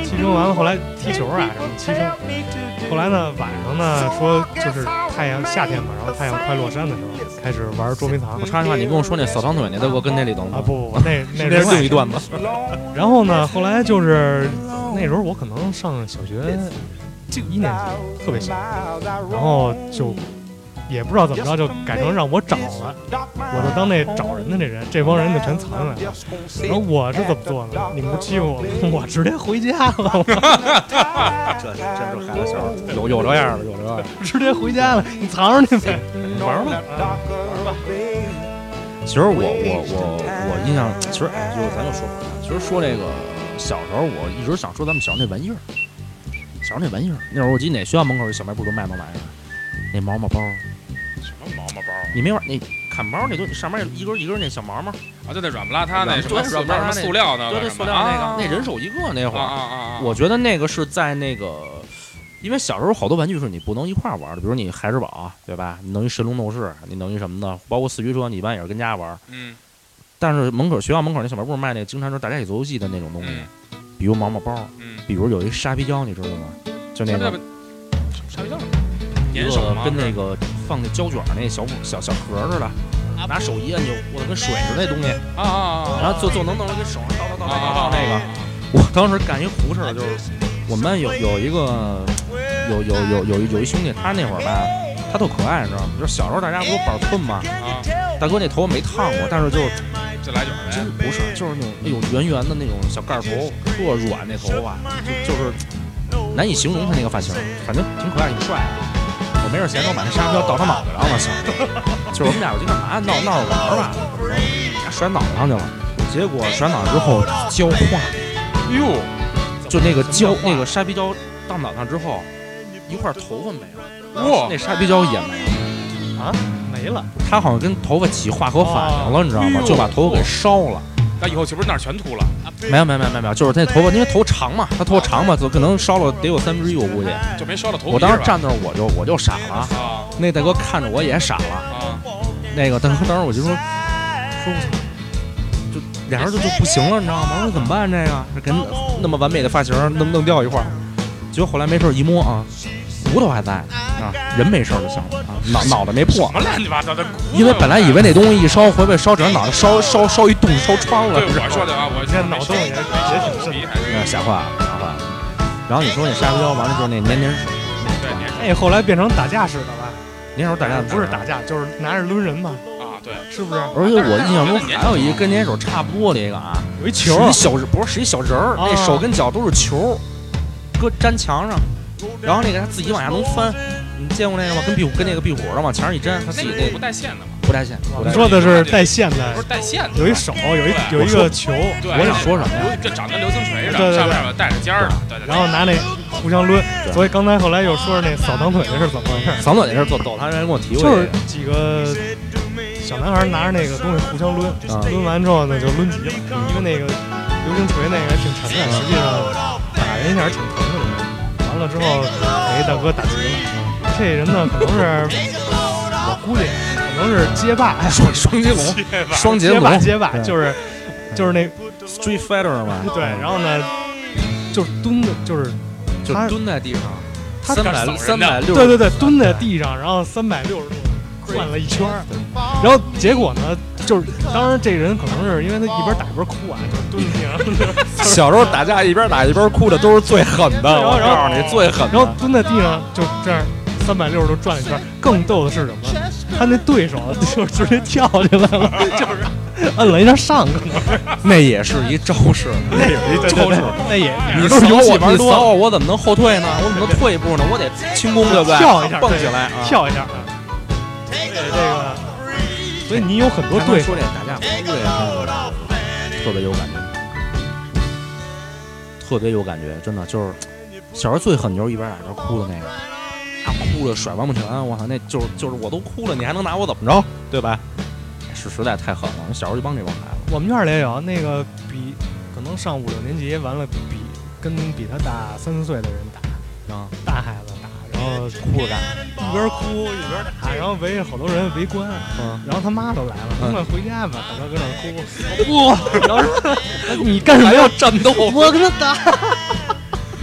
欺生完了后来踢球啊什么欺生，后来呢晚上呢说就是太阳夏天嘛，然后太阳快落山的时候开始玩捉迷藏我插一句话，你跟我说那扫堂腿那大哥跟那里头啊吗？不不不那嗯 <laughs> 那那是另另一一段子。然后呢，后来就是那时候我可能上小学一年级，特别小，然后就也不知道怎么着，就改成让我找了，我就当那找人的那人，这帮人就全藏 <laughs> 起来了。然后我是怎么做呢？你们不欺负我吗，我直接回家了，这是这是孩子小时候有有这样的，有这样的。我直接回家了。你藏着去呗，玩吧。其实我我我我印象，其实哎，就咱就说回来，其实说这个小时候，我一直想说咱们小时候那玩意儿，小时候那玩意儿，那会儿我记得哪学校门口有小卖部都卖那玩意儿，那毛毛包，什么毛毛包你没玩那砍包那东西，上面一根一根那小毛毛，啊？就那软不拉遢那什么塑料塑料那对个对，塑料那个，那人手一个那会儿，啊啊啊！我觉得那个是在那个。因为小时候好多玩具是你不能一块儿玩的，比如你孩之宝，啊对吧？你弄一神龙斗士，你弄一什么的，包括四驱车，你一般也是跟家玩。嗯但是门口学校门口那小卖部卖那，经常就是大家一起做游戏的那种东西，嗯比如毛毛包，嗯，比如有一沙皮胶，你知道吗？就那个啥叫一粘手个吗？跟那个放那胶卷儿那小小小盒似的，拿手一按就，我操，跟水似的那东西，啊啊然后就就能弄着跟手上倒倒倒啊倒倒倒啊那个。我当时干一胡事儿，就是我们班有有一个有有有有一有一兄弟，他那会儿吧，他特可爱，你知道吗？就是小时候大家不都板寸嘛，啊！大哥那头发没烫过，但是就这来酒呗真不是，就是那种哎呦圆圆的那种小盖儿头，特软那头发，就就是难以形容他那个发型，反正挺可爱挺帅的。我没事闲着把那沙标倒他脑袋上了，想，就是我们俩我就干嘛闹闹着玩儿吧，摔脑袋上去了，结果摔脑袋之后焦化，哟，就那个胶那个沙皮胶到脑袋上之后，一块头发没了，哇那沙皮胶也没了。没了，他好像跟头发起化合反应了，你知道吗？就把头发给烧了。那以后岂不是那儿全秃了？没有没有没有没有没有，就是他头发，因为头长嘛，他头长嘛，就可能烧了得有三分之一，我估计。就没烧到头皮我当时是吧站那儿，我就我就傻了，啊那大哥看着我也傻了。啊！那个当时当时我就说，说我操，就俩人就就不行了，你知道吗？我说怎么办这个？这跟那么完美的发型弄弄掉一块儿，结果后来没事儿一摸啊，骨头还在啊，人没事儿就行了啊，脑脑袋没破什。么乱七八糟的骨头？因为本来以为那东西一烧，回被烧整个脑袋烧烧烧一洞烧穿了，哎对我说的啊，我你看脑洞也也挺啊皮深的。还是那瞎话瞎话。然后你说那沙皮胶完了之后那粘粘手，对粘手那哎后来变成打架似的吧？粘手大家不是打架，就是拿着抡人嘛，啊，对，是不是？而且我印象中还有一个跟粘手差不多的一个啊，有一是球一小人不是是一小人儿，啊那手跟脚都是球，搁粘墙上，然后那个他自己往下能翻。你见过那个吗？跟壁虎跟那个壁虎似的往墙上一粘，他自那己个不那带线的嘛，不带线。不我带线们说的是带线不的是，带线的嘛，有一手，有一有一个球，对，我想说什么呀？这长得流星锤似对对的，对上面有带着尖儿的，嗯对对。对然后拿那互相抡。对所以刚才后来又说是那扫堂腿的是怎么回事儿，嗓子那事儿做抖，他人跟我提过这就个，是几个小男孩拿着那个东西互相抡，啊抡完之后呢就抡急了，因为那个流星锤那个还挺沉嗯的，实际上打人一下挺疼的。完了之后给一大哥打急了，啊这人呢可能是我估计可能是街霸，哎双 <laughs> 双截龙，双截街霸龙，街霸对就是就是那 Street Fighter 嘛，对，然后呢就是蹲的，就是就他蹲在地上，他三百扫人的三百六，对对对，蹲在地上，然后三百六十度转了一圈儿，然后结果呢，就是当然这人可能是因为他一边打一边哭啊，就是蹲地上，小时候打架一边打一边哭的都是最狠的，然后我告诉然你后最狠然后的。蹲在地上就这样三百六十度转了一圈儿。更逗的是什么？他那对手就直接跳起来了， <laughs> 就是摁了一下上，可能那也是一招式，那哎也是一招式。那也你都是扫游戏我，玩你多扫了，我，我怎么能后退呢？我怎么能退一步呢？我得轻功，对不对？跳一下蹦对起来啊！跳一下啊。对这个所以你有很多刚对刚说手这个打架翻越，特别有感觉，特别有感觉，真的就是小时候最狠就是一边打一边哭的那个，啊哭了甩王八啊拳，我操，那就是就是我都哭了，你还能拿我怎么着，对吧？是实在太狠了，我们小时候就帮这帮孩子，我们院儿里也有那个比可能上五六年级，完了比跟比他大三四岁的人打，啊，大孩子打，然后哦哭着干，一边哭一边打，然后围着好多人围观，嗯， <laughs> 然后他妈都来了，他嗯们回家吧，大哥搁那哇，哭，然后说 <laughs> 你干什么要战斗？我跟他打，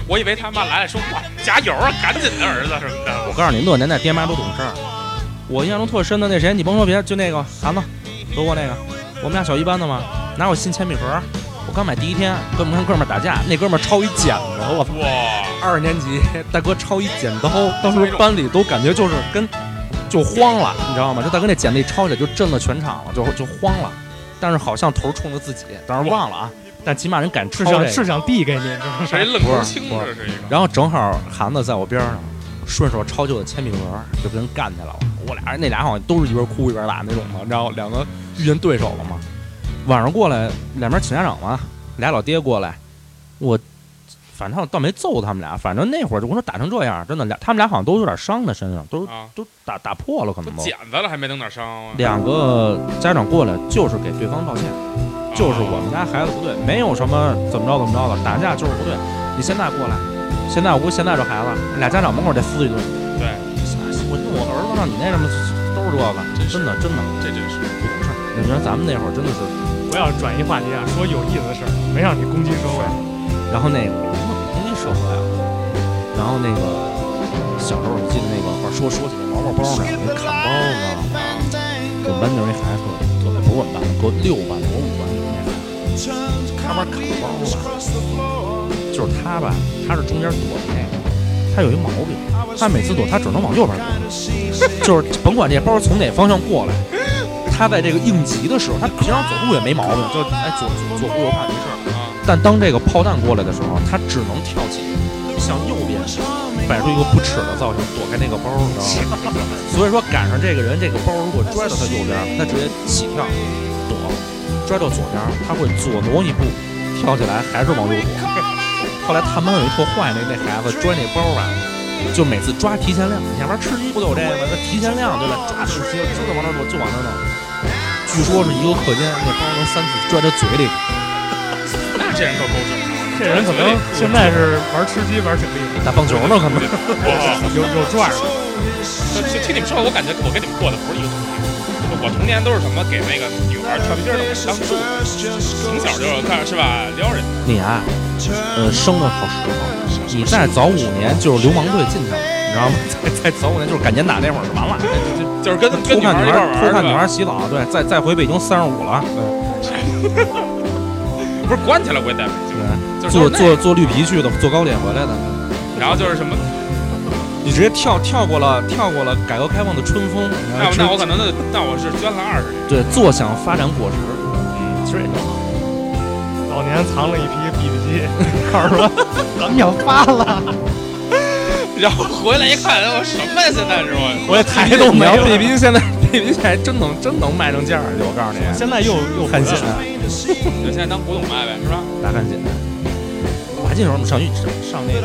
我以为他妈来了说哇加油啊，赶紧的儿子什么的。我告诉你，那年代爹妈都懂事儿，我印象中特深的那谁，你甭说别的，就那个韩子，德国那个，我们俩小一班的嘛，拿我新铅笔盒儿。我刚买第一天，跟我们跟哥们儿打架，那哥们儿抄一剪子，我操！哇，二年级，大哥抄一剪刀，当时班里都感觉就是跟就慌了，你知道吗？这大哥那剪子一抄起来就震了全场了，就就慌了。但是好像头冲着自己，当然忘了啊。但起码人敢抄是这想个是想递给你，知道吗？这一愣头青啊不这是一个。然后正好韩子在我边上，顺手抄起我的铅笔盒，就跟人干起来了。我俩人那俩好像都是一边哭一边打那种的，然后两个遇见对手了嘛。晚上过来，两边请家长嘛，俩老爹过来，我反正倒没揍他们俩，反正那会儿就我说打成这样，真的俩他们俩好像都有点伤在身上，都啊，都打打破了可都能都。剪子了还没弄点伤啊？两个家长过来就是给对方道歉。就是我哦们家孩子不对，没有什么怎么着怎么着的，打架就是不对。你现在过来，现在我估计现在这孩子，俩家长门口得撕一顿。对，我我儿子让你那什么都是这个，真真是的真的这真是不懂事儿。你说咱们那会儿真的是，不要转移话题啊，说有意思的事儿，没让你攻击社会。然后那个我说同济社会啊，然后那个小时候我记得那个玩说说起那毛毛包呢，那砍包你知道吗？我们班那有一孩子特别，不是我们班，给我六班的，我五班的那孩子。他玩砍包吧，就是他吧，他是中间躲的那个，他有一毛病，他每次躲他只能往右边躲，就是甭管这包从哪方向过来，他在这个应急的时候，他平常走路也没毛病，就哎左左顾右盼没事儿，啊，但当这个炮弹过来的时候，他只能跳起向右边摆出一个不耻的造型，躲开那个包，你知 <laughs> 道吗？所以说赶上这个人，这个包如果拽到他右边，他直接起跳躲；拽到左边，他会左挪一步，跳起来还是往右躲。后来探班有一特坏那那孩子拽那包啊，就每次抓提前量，你要不然吃鸡不都有这个吗？那提前量对吧？抓死鸡，知道往哪躲就往哪躲。据说是一个课间，那包能三次拽到嘴里。那这人可够整这人可能现在是玩吃鸡玩挺厉害，打棒球呢，可能。哇，有有转儿。就就听你们说，我感觉我跟你们过的不是一个童年。就我童年都是什么？给那个女孩跳皮筋儿都当树，从小就看是吧？撩人。 <laughs> 你啊，呃，生的好时候，你再早五年就是流氓队进去了，你知道吗？ <laughs> 再再早五年就是赶年打那会儿就完了。就是跟偷跟女看孩女一块孩，玩偷儿看是女吧孩洗澡，对，再再回北京三十五了，对不是关起来我也带北京，就是坐都是那坐坐绿皮去的，坐高铁回来的，个，然后就是什么，你直接跳跳过了，跳过了改革开放的春风，那我那我可能那那我是捐了二十年，对，坐享发展果实，其 <laughs> 实也挺好。早年藏了一批 BB 机， <laughs> 告诉说咱们要发了，然后回来一看，我什么呀？现在是我我也台都你没要了。 <laughs> 贝宾现在，贝宾现在真能真能卖上价儿去，我告诉你，现在又又看回心来了，就现在当古董卖呗，是吧？打看心。我还记得我们上英上那个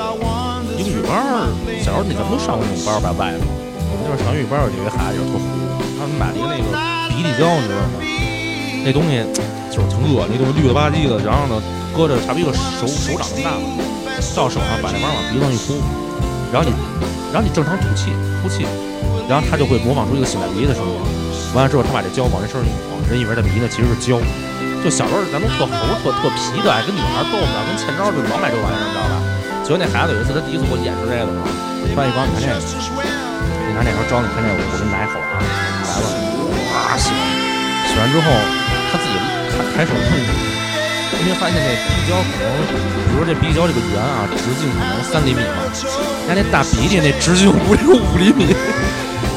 英语班儿，小时候你咱们都上过那种班儿吧，外头。我们就是上英语班儿，有一个孩子就是特糊，他们买了一个那个鼻涕胶，你知道吗？那东西就是挺恶心，那东西绿了吧唧的，然后呢，搁着差不多有手手掌那么大吧，到手上把那玩意儿往鼻子上一呼，然后你，然后你正常吐气呼气，然后他就会模仿出一个擤鼻涕的声音。完了之后，他把这胶往这身上一抹，人以为他鼻子其实是胶。就小时候咱都特猴特特皮的，爱跟女孩逗呢，跟欠招就老买这玩意儿，你知道吧？结果那孩子有一次他第一次给我演示这个的时候，翻译光你看这个，你看那时候招你看这个，我给你拿一好玩儿，你来吧，哇洗完，洗完之后他自己抬抬手碰一因为发现那鼻胶可能，比如说这鼻胶这个圆啊，直径可能三厘米嘛，人家那大鼻涕那直径五六五厘米，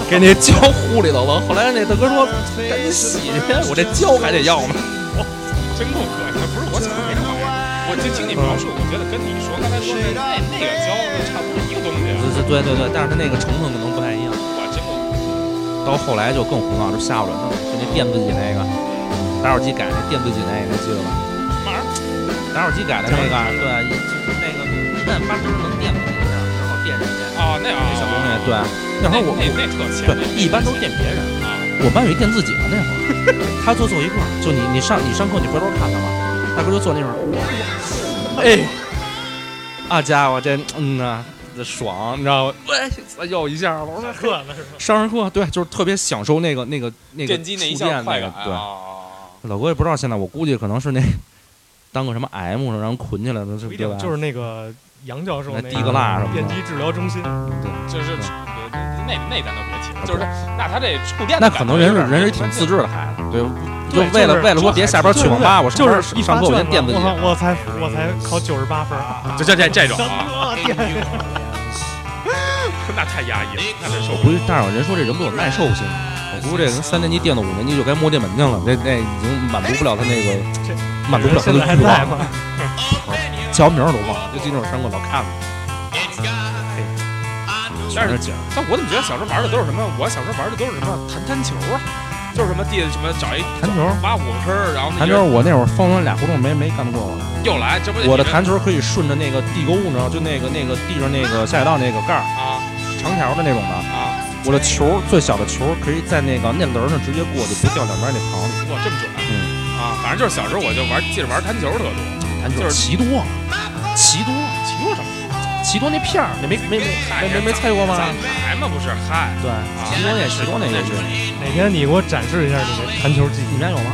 给那胶糊里头了。后来那大哥说赶紧洗去，我这胶还得要呢。真够恶心的，不是我想的那个玩意儿。我就听你描述，我觉得跟你说刚才说的那那个胶差不多一个东西，啊对对对对，但是它那个成分可能不太一样。我真够。到后来就更胡闹，就下不了弄，就那地电子己那个，打火机改那电子己那个，还记得吧？玩儿打火机改的那个，对，就是那个一摁八针能电子己上，然后电人家。哦，那啊，小东西，对，那会儿我那那特前对，一般都是电别人。啊，我们班有一电自己的那会儿， <laughs> 他坐坐一块儿，就你你上你上课你回头看他吧，大哥就坐那块儿，哎，啊家伙这嗯呐、这爽，你知道吗？哎，哎呦一下，我说饿了是吧？上上课对，就是特别享受那个那个那个电击那一触下电快那感个对，啊，老哥也不知道现在，我估计可能是那当个什么 M 然后捆起来的，是不一对吧？定，就是那个杨教授那那滴个蜡什么电的，击治疗中心，就是那那咱都别提了，就是那他这触电的那感可觉能有人点是儿人是那挺那自制的孩子，对，就对为就了是为了说别下班去网吧，我上就班是一上课我先电自己我，靠，我才我才考九十八分儿，就这这这种啊， <laughs> 我天，那太压抑了，那得受我不估了。计，但是人说这人不有耐受性，哎我估计这人三年级电到五年级就该摸电门去了，这那已经满足不了他那个这满足不了他现的在还欲在望了。吗？叫什么名儿都忘了，就记得我上课老看了，但是那景儿但我怎么觉得小时候玩的都是什么？我小时候玩的都是什么弹弹球啊，就是什么地什么找一弹球儿。挖五个坑儿，然后那弹球儿，我那会儿放完俩胡同没没干过我。又来，这不我的弹球可以顺着那个地沟，你知道，就那个那个地上那个下水道那个盖儿，啊长条的那种的。啊，我的球最小的球可以在那个那棱上直接过去，不掉两边那槽里。哇这么准嗯啊！反正就是小时候我就玩，记着玩弹球特多，弹就球是奇多，奇多，骑多什么？奇多那片儿，那没没嗨没没没猜过吗？咱来嘛不是嗨，对，奇多那奇多那游戏，哪天你给我展示一下你的弹球技 <laughs> 你们艺？家有吗？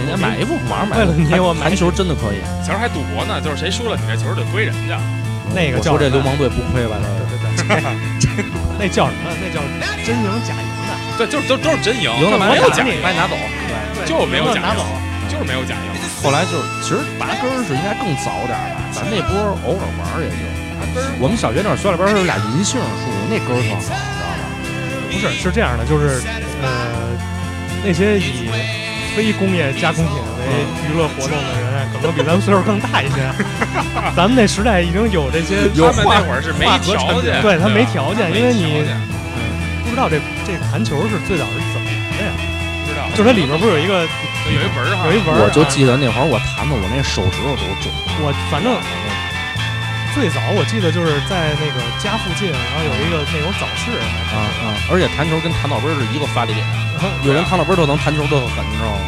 哪天买一部玩买。为了你我买弹球真的可以，小时候还赌博呢，就是谁输了你这球得归人家。那个我叫说这什么呃流氓队不亏吧？这对个对对，那叫什么？那叫真赢假赢的，对，就是都都是真赢，赢了就把没你有拿假把你拿走。就是没有赢了假拿赢走。就是没有假赢，后来就是，其实拔根儿是应该更早点儿吧，嗯咱那波儿偶尔玩儿也就。我们小学那会儿学里边儿是俩银杏树，那根儿特好，你知道吧？不是是这样的，就是呃，那些以非工业加工品为娱乐活动的人，可能比咱们岁数更大一些。咱们那时代已经有这些他们那化，会儿是没化合条成件，对他没吧条件没因为条你件不知道这这弹球是最早是怎么来的呀？不知道，就是它里面不是有一个有一纹儿哈有一，纹儿啊，我就记得那会儿我弹的，我那手指头都肿。我反正最早我记得就是在那个家附近，然后有一个那种早市，啊啊！而且弹球跟弹脑杯儿是一个发力点，啊然后有人弹脑杯儿都能弹球特狠，你知道吗？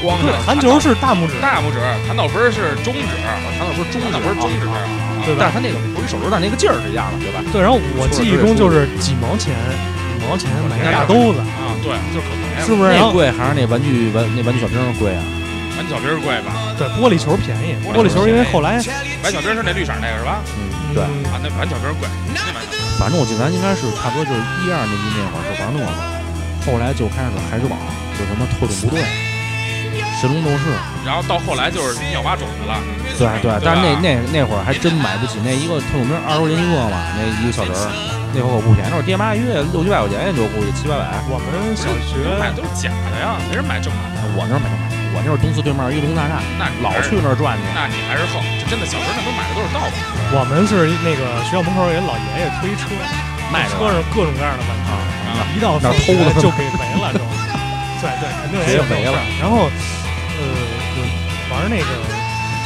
光着对弹球是大拇指，大拇指，弹到分儿是中指，弹脑杯儿中啊弹到分儿中指，啊对但是？吧他那个不是手指头，但那个劲儿是一样的，对吧？对，然后我记忆中就是几毛钱，几毛钱买一大兜子，啊，对，就是可便宜了。是不是？然那后贵还是那玩具玩那玩具小兵儿贵啊？玩小兵儿贵吧？对玻璃球便宜，玻玻璃璃球球因为后来玩小兵儿是那绿色那个是吧？嗯，对。啊，那玩小兵儿贵，那玩小兵儿反正我记得咱应该是差不多就是一二年级那会儿就玩那个，后来就开始海之宝，就什么特种部队、神龙斗士，然后到后来就是你要挖种子了，对啊对吧，但是那那那会儿还真买不起，那一个特种兵二十块钱一个嘛，那一个小人儿，那会儿可不便宜，那会儿爹妈一月六七百块钱也就估计七八百。我们嗯小那买的学都是假的呀，没人买正版的。我那儿没买，我那会儿东四对面一龙大厦，那你老还是去，那儿转去。啊那你还是横，就真的小时候那都买的都是盗版。我们是那个学校门口有一老爷爷推车，卖着车上各种各样的玩具。啊，啊一到哪儿放偷的学就给 <laughs> 没了，就对对，肯定也有直接这种事儿没了。然后呃，有玩那个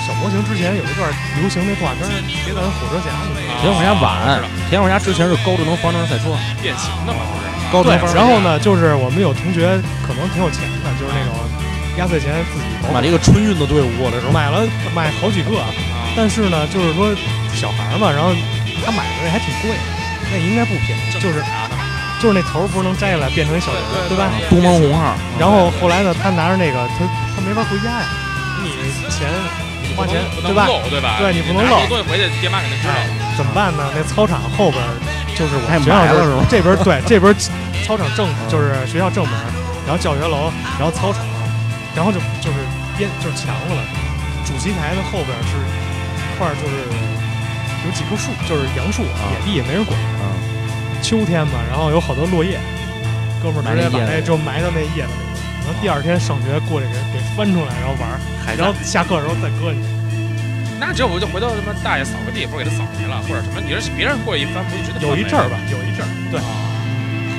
小模型之前有一段流行那动画片儿《铁胆火车侠》里面，田永家晚知道，田永家之前是高智能方程式赛车，啊变形的嘛，不是？高智啊对能方程式赛车。然后呢，就是我们有同学可能挺有钱的，就是那种压岁钱自己买了一个春运的队伍，我那时候。买了买好几个，啊，但是呢，就是说小孩儿嘛，然后他买的那还挺贵，那应该不便宜，就是啊，就是那头儿不是能摘下来变成一小人儿，对吧？啊东方红号，然后后来呢，他拿着那个，他他没法回家呀，你钱你花钱不能对吧？漏，对吧？对你不能拿这漏东西回去，爹妈肯定知道了。怎么办呢？那操场后边儿就是我太们学校埋了这是嗯吗这边儿 <laughs> 对这边儿操场正就是学校正门，然后教学楼，然后操场，然后就就是边就是墙上了，主席台的后边儿是一块儿就是有几棵树，就是杨树，啊野地也没人管。啊，秋天嘛，然后有好多落叶，哥们儿直接埋把那叶那子啊就埋到那叶子里，然后第二天上学过去给给翻出来，然后玩儿，海然后下课的时候再搁进去。那这我就回到他妈大爷扫个地，不是给他扫没了，或者什么，你这是别人过去一翻，不就直接啊翻没了有一阵儿吧，有一阵儿。对，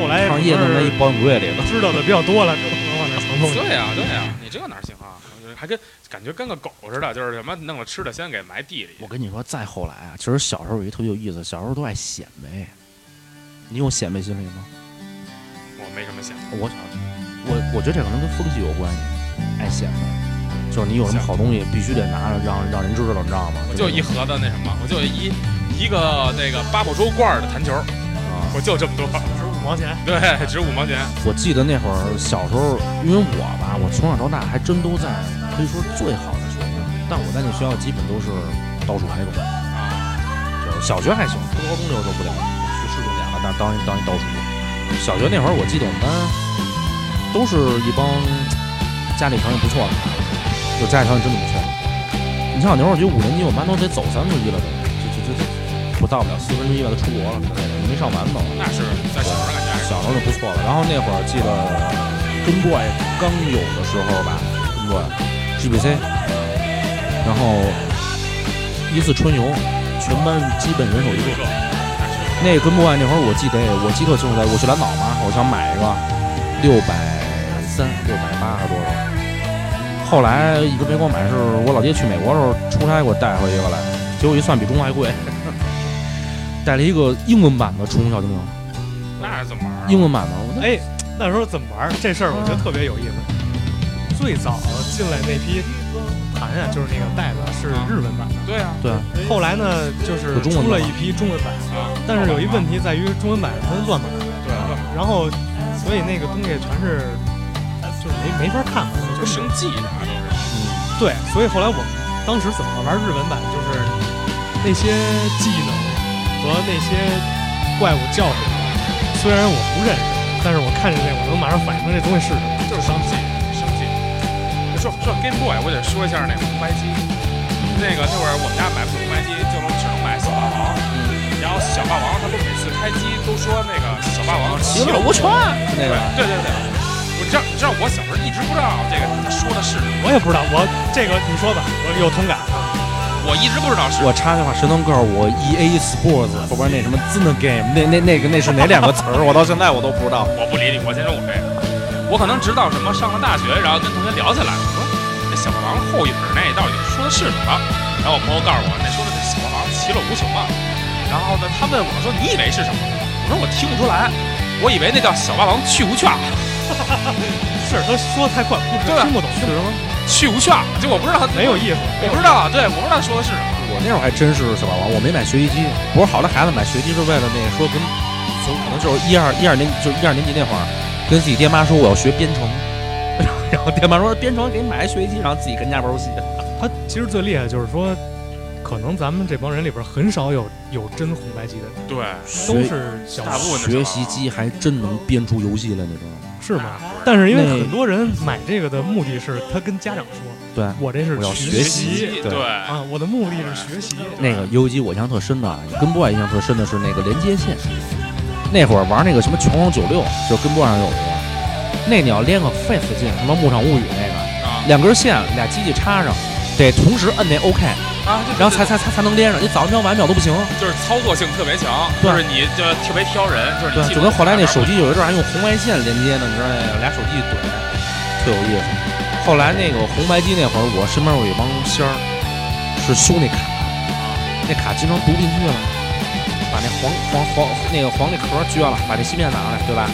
后来放叶子哎不在是一保险柜里了。知道的比较多了，疼痛对呀、对呀、你这哪儿行啊？就是还跟感觉跟个狗似的，就是什么弄了吃的先给埋地里。我跟你说，再后来啊，其实小时候有一特别有意思，小时候都爱显摆。你有显摆心理吗？我没什么想法，我我我觉得这可能跟风气有关系，爱显摆，就是你有什么好东西必须得拿着让让人知道，你知道吗？我就一盒子那什么，我就一一个那个八宝粥罐儿的弹球，啊，我就这么多。 <laughs> 十五毛钱，对，只有五毛钱。我记得那会儿小时候，因为我吧，我从小到大还真都在可以说是最好的学校，但我在那学校基本都是倒数排中，就是小学还行，初高中就受不了，去市重点了，但当一当一倒数。小学那会儿，我记得我们班都是一帮家里条件不错的，就家里条件真的不错。你像我那会儿，我觉得五年级我们班都得走三分之一了，都就就就就我到不了四分之一吧，都出国了之类的，没上完都。那是在小时候感觉还是小时候就不错了。然后那会儿记得跟过刚有的时候吧，跟过 GBC，然后一次春游，全班基本人手一个。那个跟不爱那会儿，我记得哎我记得特清楚，我去蓝岛嘛，我想买一个六百三、六百八还是多少？后来一直没给我买，是我老爹去美国的时候出差给我带回一个来，结果一算比中国还贵， <laughs> 带了一个英文版的《宠物小精灵》。那是怎么玩、啊？英文版吗？我哎，那时候怎么玩儿？这事儿我觉得特别有意思。最早进来那批盘啊，就是那个袋子是日文版的，对啊，对啊，后来呢就是有中文出的吗了一批中文版，啊但是有一问，题在于中文版它乱码，对，乱码然后所以那个东西全是就是没没法看嘛，就根本生记啥都是。嗯，对，所以后来我们当时怎么玩日文版，就是那些技能和那些怪物叫什么，虽然我不认识，但是我看见这我能马上反应出这东西是什么。就是生气，生气。说说 Game Boy，我得说一下那个红白机。那个那会儿我们家买红白机就能只能买小霸王，嗯然后小霸王他不每次开机都说那个小霸王其乐无穷那对个对对对，我知道你知道我小时候一直不知道这个他说的是什么，我也不知道，我这个你说吧，我有同感。啊我一直不知道是 <laughs> 我插句话，谁能告诉我 E A Sports 后边那什么 Zin Game 那那那个那是哪两个词儿？我到现在我都不知道。我不理你，我先说我这个，我可能直到什么上了大学，然后跟同学聊起来，我说那小霸王后影儿那到底说的是什么？然后我朋友告诉我，那说的是小霸王其乐无穷啊。然后呢，他问我说你以为是什么？我说我听不出来，我以为那叫小霸王去无券，是他说的太快，不知对听不懂，啊是什么？去无券，就我不知道他没有，意思。我不知道，对，我不知道说的是什我么。那会儿还真是小霸王，我没买学习机。我说好多孩子买学习机是为了那个说跟从可能就是一二一二年就是一二年级那会儿，跟自己爹妈说我要学编程， <laughs> 然后然后爹妈说编程给你买一学习机，然后自己跟家玩游戏。他其实最厉害就是说，可能咱们这帮人里边很少有有真红白机的，人，对，都是小大部分的学习机还真能编出游戏来，你知道吗？是吗？但是因为很多人买这个的目的是他跟家长说，对，我这是我要学学习习习，对对，啊，我的目的是学习。那个游戏机我印象特深的啊，跟波爱印象特深的是那个连接线。那会儿玩那个什么《拳皇九六》，就是跟波上有一个，那你要连个 Face 进，什么《牧场物语》那个，啊两根线俩机器插上，得同时摁那 OK，啊，就然后才才才才能连上。你早瞄晚瞄都不行，就是操作性特别强，对就是你就特别挑人，就是你对，记就不跟住后来那哪儿手机有一阵儿还用红外线连接呢，你知道那个俩手机一怼，特有意思。后来那个红白机那会儿，我身边有一帮仙儿，是修那卡，那卡经常读不进去了，把那黄黄黄那个黄那壳撅了，把那芯片拿来，对吧？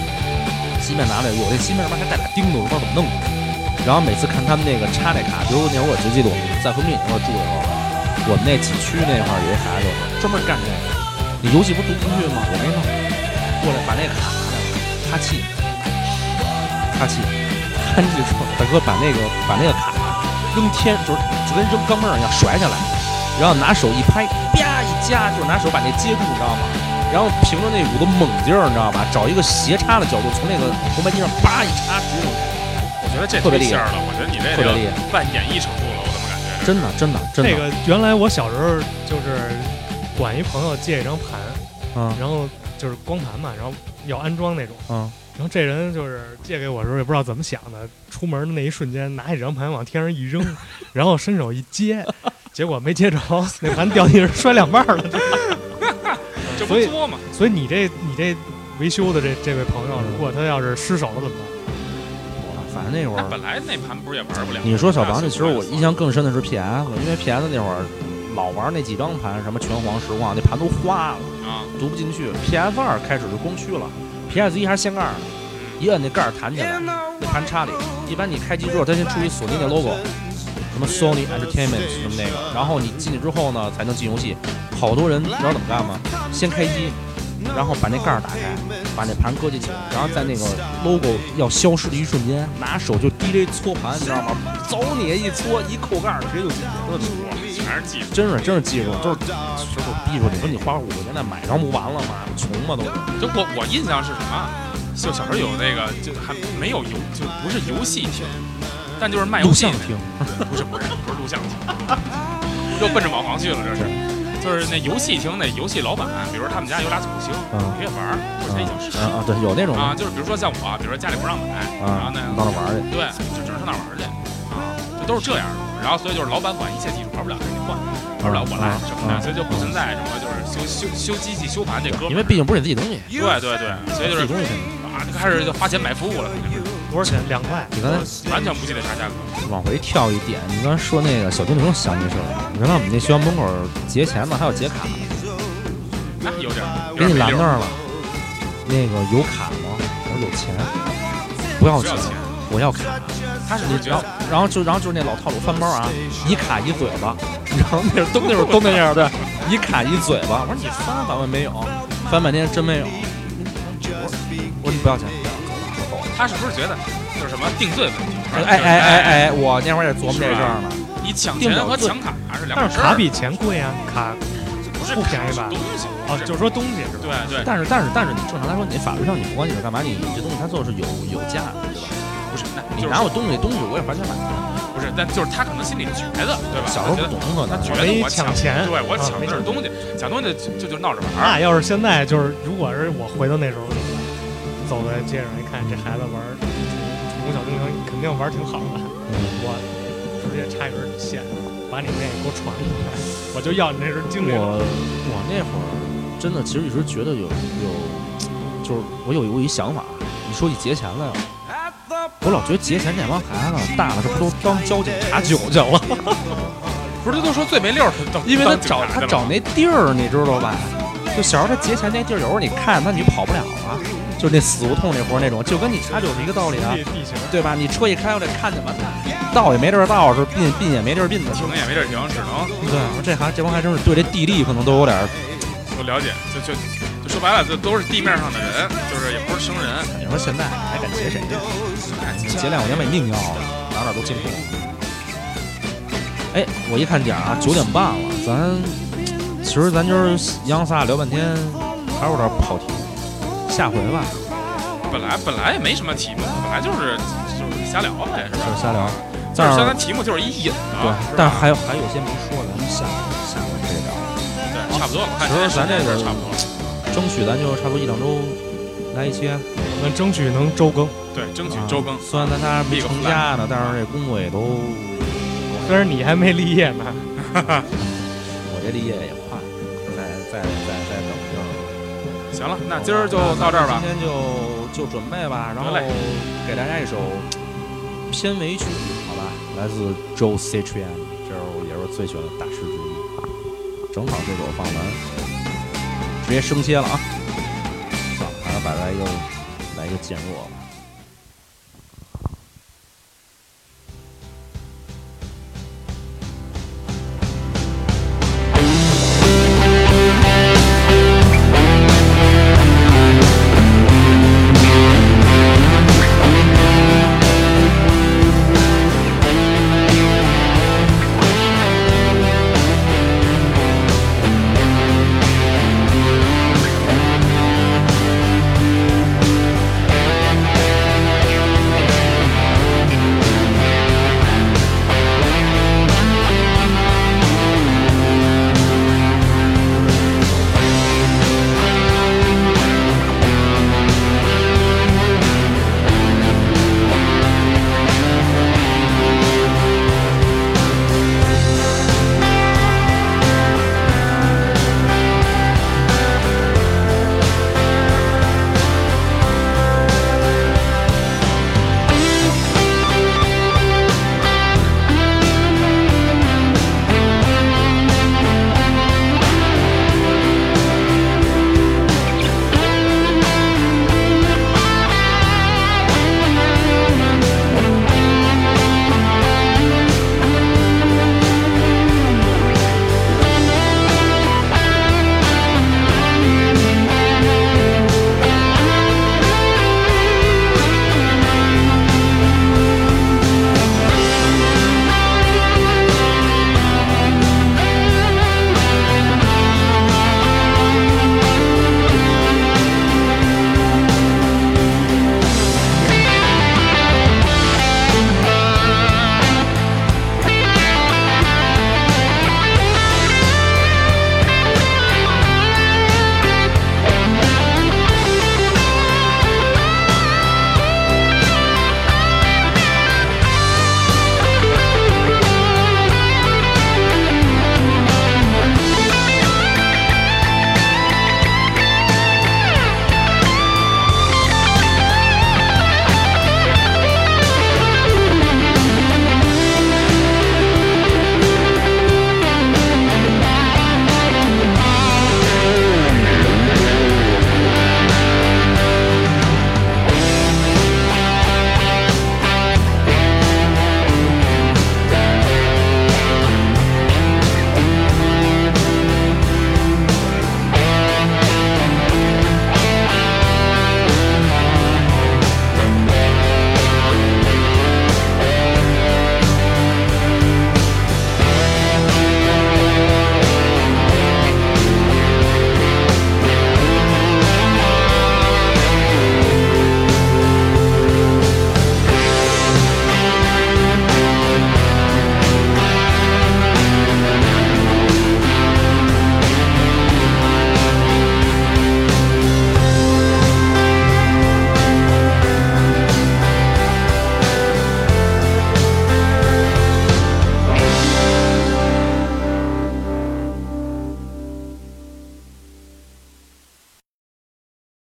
芯片拿来，有那芯片他妈还带俩钉子，我不知道怎么弄的。然后每次看他们那个插那卡，比如那会儿我只记得我们在和平里那块儿住的时候，我们那几区那块儿有一孩子专门干这个，你游戏不是读不进去吗？我没弄。过来把那卡拿来，哈气，哈 <laughs> 气，哈气说大哥把那个把那个卡扔天，就是就跟扔钢镚儿一样甩下来，然后拿手一拍，啪一夹，就是拿手把那接住，你知道吗？然后凭着那股子猛劲儿，你知道吧？找一个斜插的角度，从那个红白机上叭一插，直接我觉得这特别厉害忒馅儿了，我觉得你这特别厉害个办演绎程度了，我怎么感觉？真的真的真的，那个原来我小时候就是管一朋友借一张盘，嗯然后就是光盘嘛，然后要安装那种。嗯，然后这人就是借给我的时候也不知道怎么想的，出门的那一瞬间拿起张盘往天上一扔， <laughs> 然后伸手一接，结果没接着，那盘掉地上摔两半儿了。这不所以作嘛？ <laughs> 所以你这你这维修的这这位朋友，如果他要是失手了怎么办？反正那会那儿本来那盘不是也玩不了。你说小王这，其实我印象更深的是 PS，因为 PS 那会儿老玩那几张盘，什么拳皇、实况，那盘都花了，啊，读不进去。PS 二开始就光驱了，PS 一还是掀盖儿呢，一摁那盖儿弹起来，那盘插里。一般你开机之后，它先出一索尼的 logo，什么 Sony Entertainment 什么那个，然后你进去之后呢，才能进游戏。好多人你知道怎么干吗？先开机，然后把那盖儿打开，把那盘搁进去，然后在那个 logo 要消失的一瞬间，拿手就滴溜搓盘，你知道吗？走你一搓，一扣盖儿，直接就进去了。全是技术。真是真是技术，就是师傅逼出你说你花五块钱再买张不完了吗？穷吗都？就我我印象是什么啊？就小时候有那个，就还没有游，就不是游戏厅，但就是卖游录戏像的厅，不是不是不是录像厅，又奔着网行去了，这是。就是那游戏厅那游戏老板，比如他们家有俩土星，嗯你可以玩儿，或者已经是啊啊对，有那种啊，就是比如说像我，比如说家里不让买，然啊，后呢，到那玩儿去。对，就只能上那儿玩儿去啊，就都是这样的。然后所以就是老板管一切技术，玩不了就你换，玩不了我啊来什么的，所以就不存在什么就是修修修机器修盘这因哥为们儿。毕竟不是你自己东西，对对对，所以自己就是东西。啊，就开始就花钱买服务了，多少钱？两块。你刚才完全不记得啥价格。往回跳一点，你刚才说那个小精灵，我想起一事儿。原来我们那学校门口结钱呢，还有结卡呢，哎，有点儿，有给点你没拦溜那儿儿，了。那个有卡吗？我说有钱，不要不钱要，钱。我要卡。他是不是觉然后得，然后就，然后就是那老套路翻包啊，一卡一嘴巴，然后那是东那是东那样对，一卡一嘴巴。我说你翻翻我没有，翻半天真没有。我说你不要钱，他是不是觉得就是什么定罪问题？哎哎哎哎，哎，我那会儿也琢磨这事儿呢。你抢定不钱了和罪抢卡是两但码事是儿卡比钱贵啊，卡不是不卡便宜是吧东西哦，就是说东西是吧？对对，但是但是但是你正常来说，你法律上你不管你是干嘛，你你这东西它做的是有有价的，对吧？不是，那你就是拿我东西东西，我也还钱买。不是，但就是他可能心里觉得，对吧？小时候不他觉得懂可能，他觉没得我抢抢钱对我啊抢没的抢是东西，抢东西就就就闹着玩儿。那要是现在就是，如果是我回到那时候，走在街上一看，这孩子玩儿宠物小精灵，肯定玩儿挺好的。我直接插一根线，把你那个给我传过来，我就要你那根精灵。我我那会儿真的其实一直觉得有有，就是我有我有一想法，你说起节钱来了，我老觉得节钱这帮孩子大了，这不都当交警查酒去了？ <laughs> 不是，他都说最没溜儿， <laughs> 他因为他当警找察他去了找那地儿，你知道吧？就小时候他节钱那地儿，有时候你看他你就跑不了了，就那死胡同那活儿那种，就跟你查酒是一个道理啊地，地形，对吧？你车一开过来看见完蛋，道也没地儿道，是并并也没地儿并的。停也没地儿停，只能对，我说这还这帮还真是对这地利可能都有点儿就了解，就就就说白了，就都是地面上的人，就是也不是生人。你说现在还敢劫谁呀？劫两块钱把你命要了，哪哪都进步。哎，我一看点儿啊，九点半了，咱其实咱今儿洋仨聊半天，还是有点跑题。下回吧，本来本来也没什么题目，本来就是就是瞎聊呗，是就吧？是瞎聊。但但是相是当题目就是一引子，对，是吧但是还有还有些没说，咱们下下回再聊。对差不多了。我看其实今天咱这时间个是差不多了，争取咱就差不多一两周来一期，我们争取能周更。对，争取周更啊。虽然咱仨没成家呢，但是这工作也都，虽然你还没立业呢，我这立业也快，再再再再等一等。行了，那今儿就到这儿吧今。天就就准备吧，然后得嘞给大家一首片尾曲，好吧，来自 Joe Satrian，这是我也是我最喜欢的大师之一，正好这首放完，直接升切了啊！算了，还是把它一个来一个渐弱吧。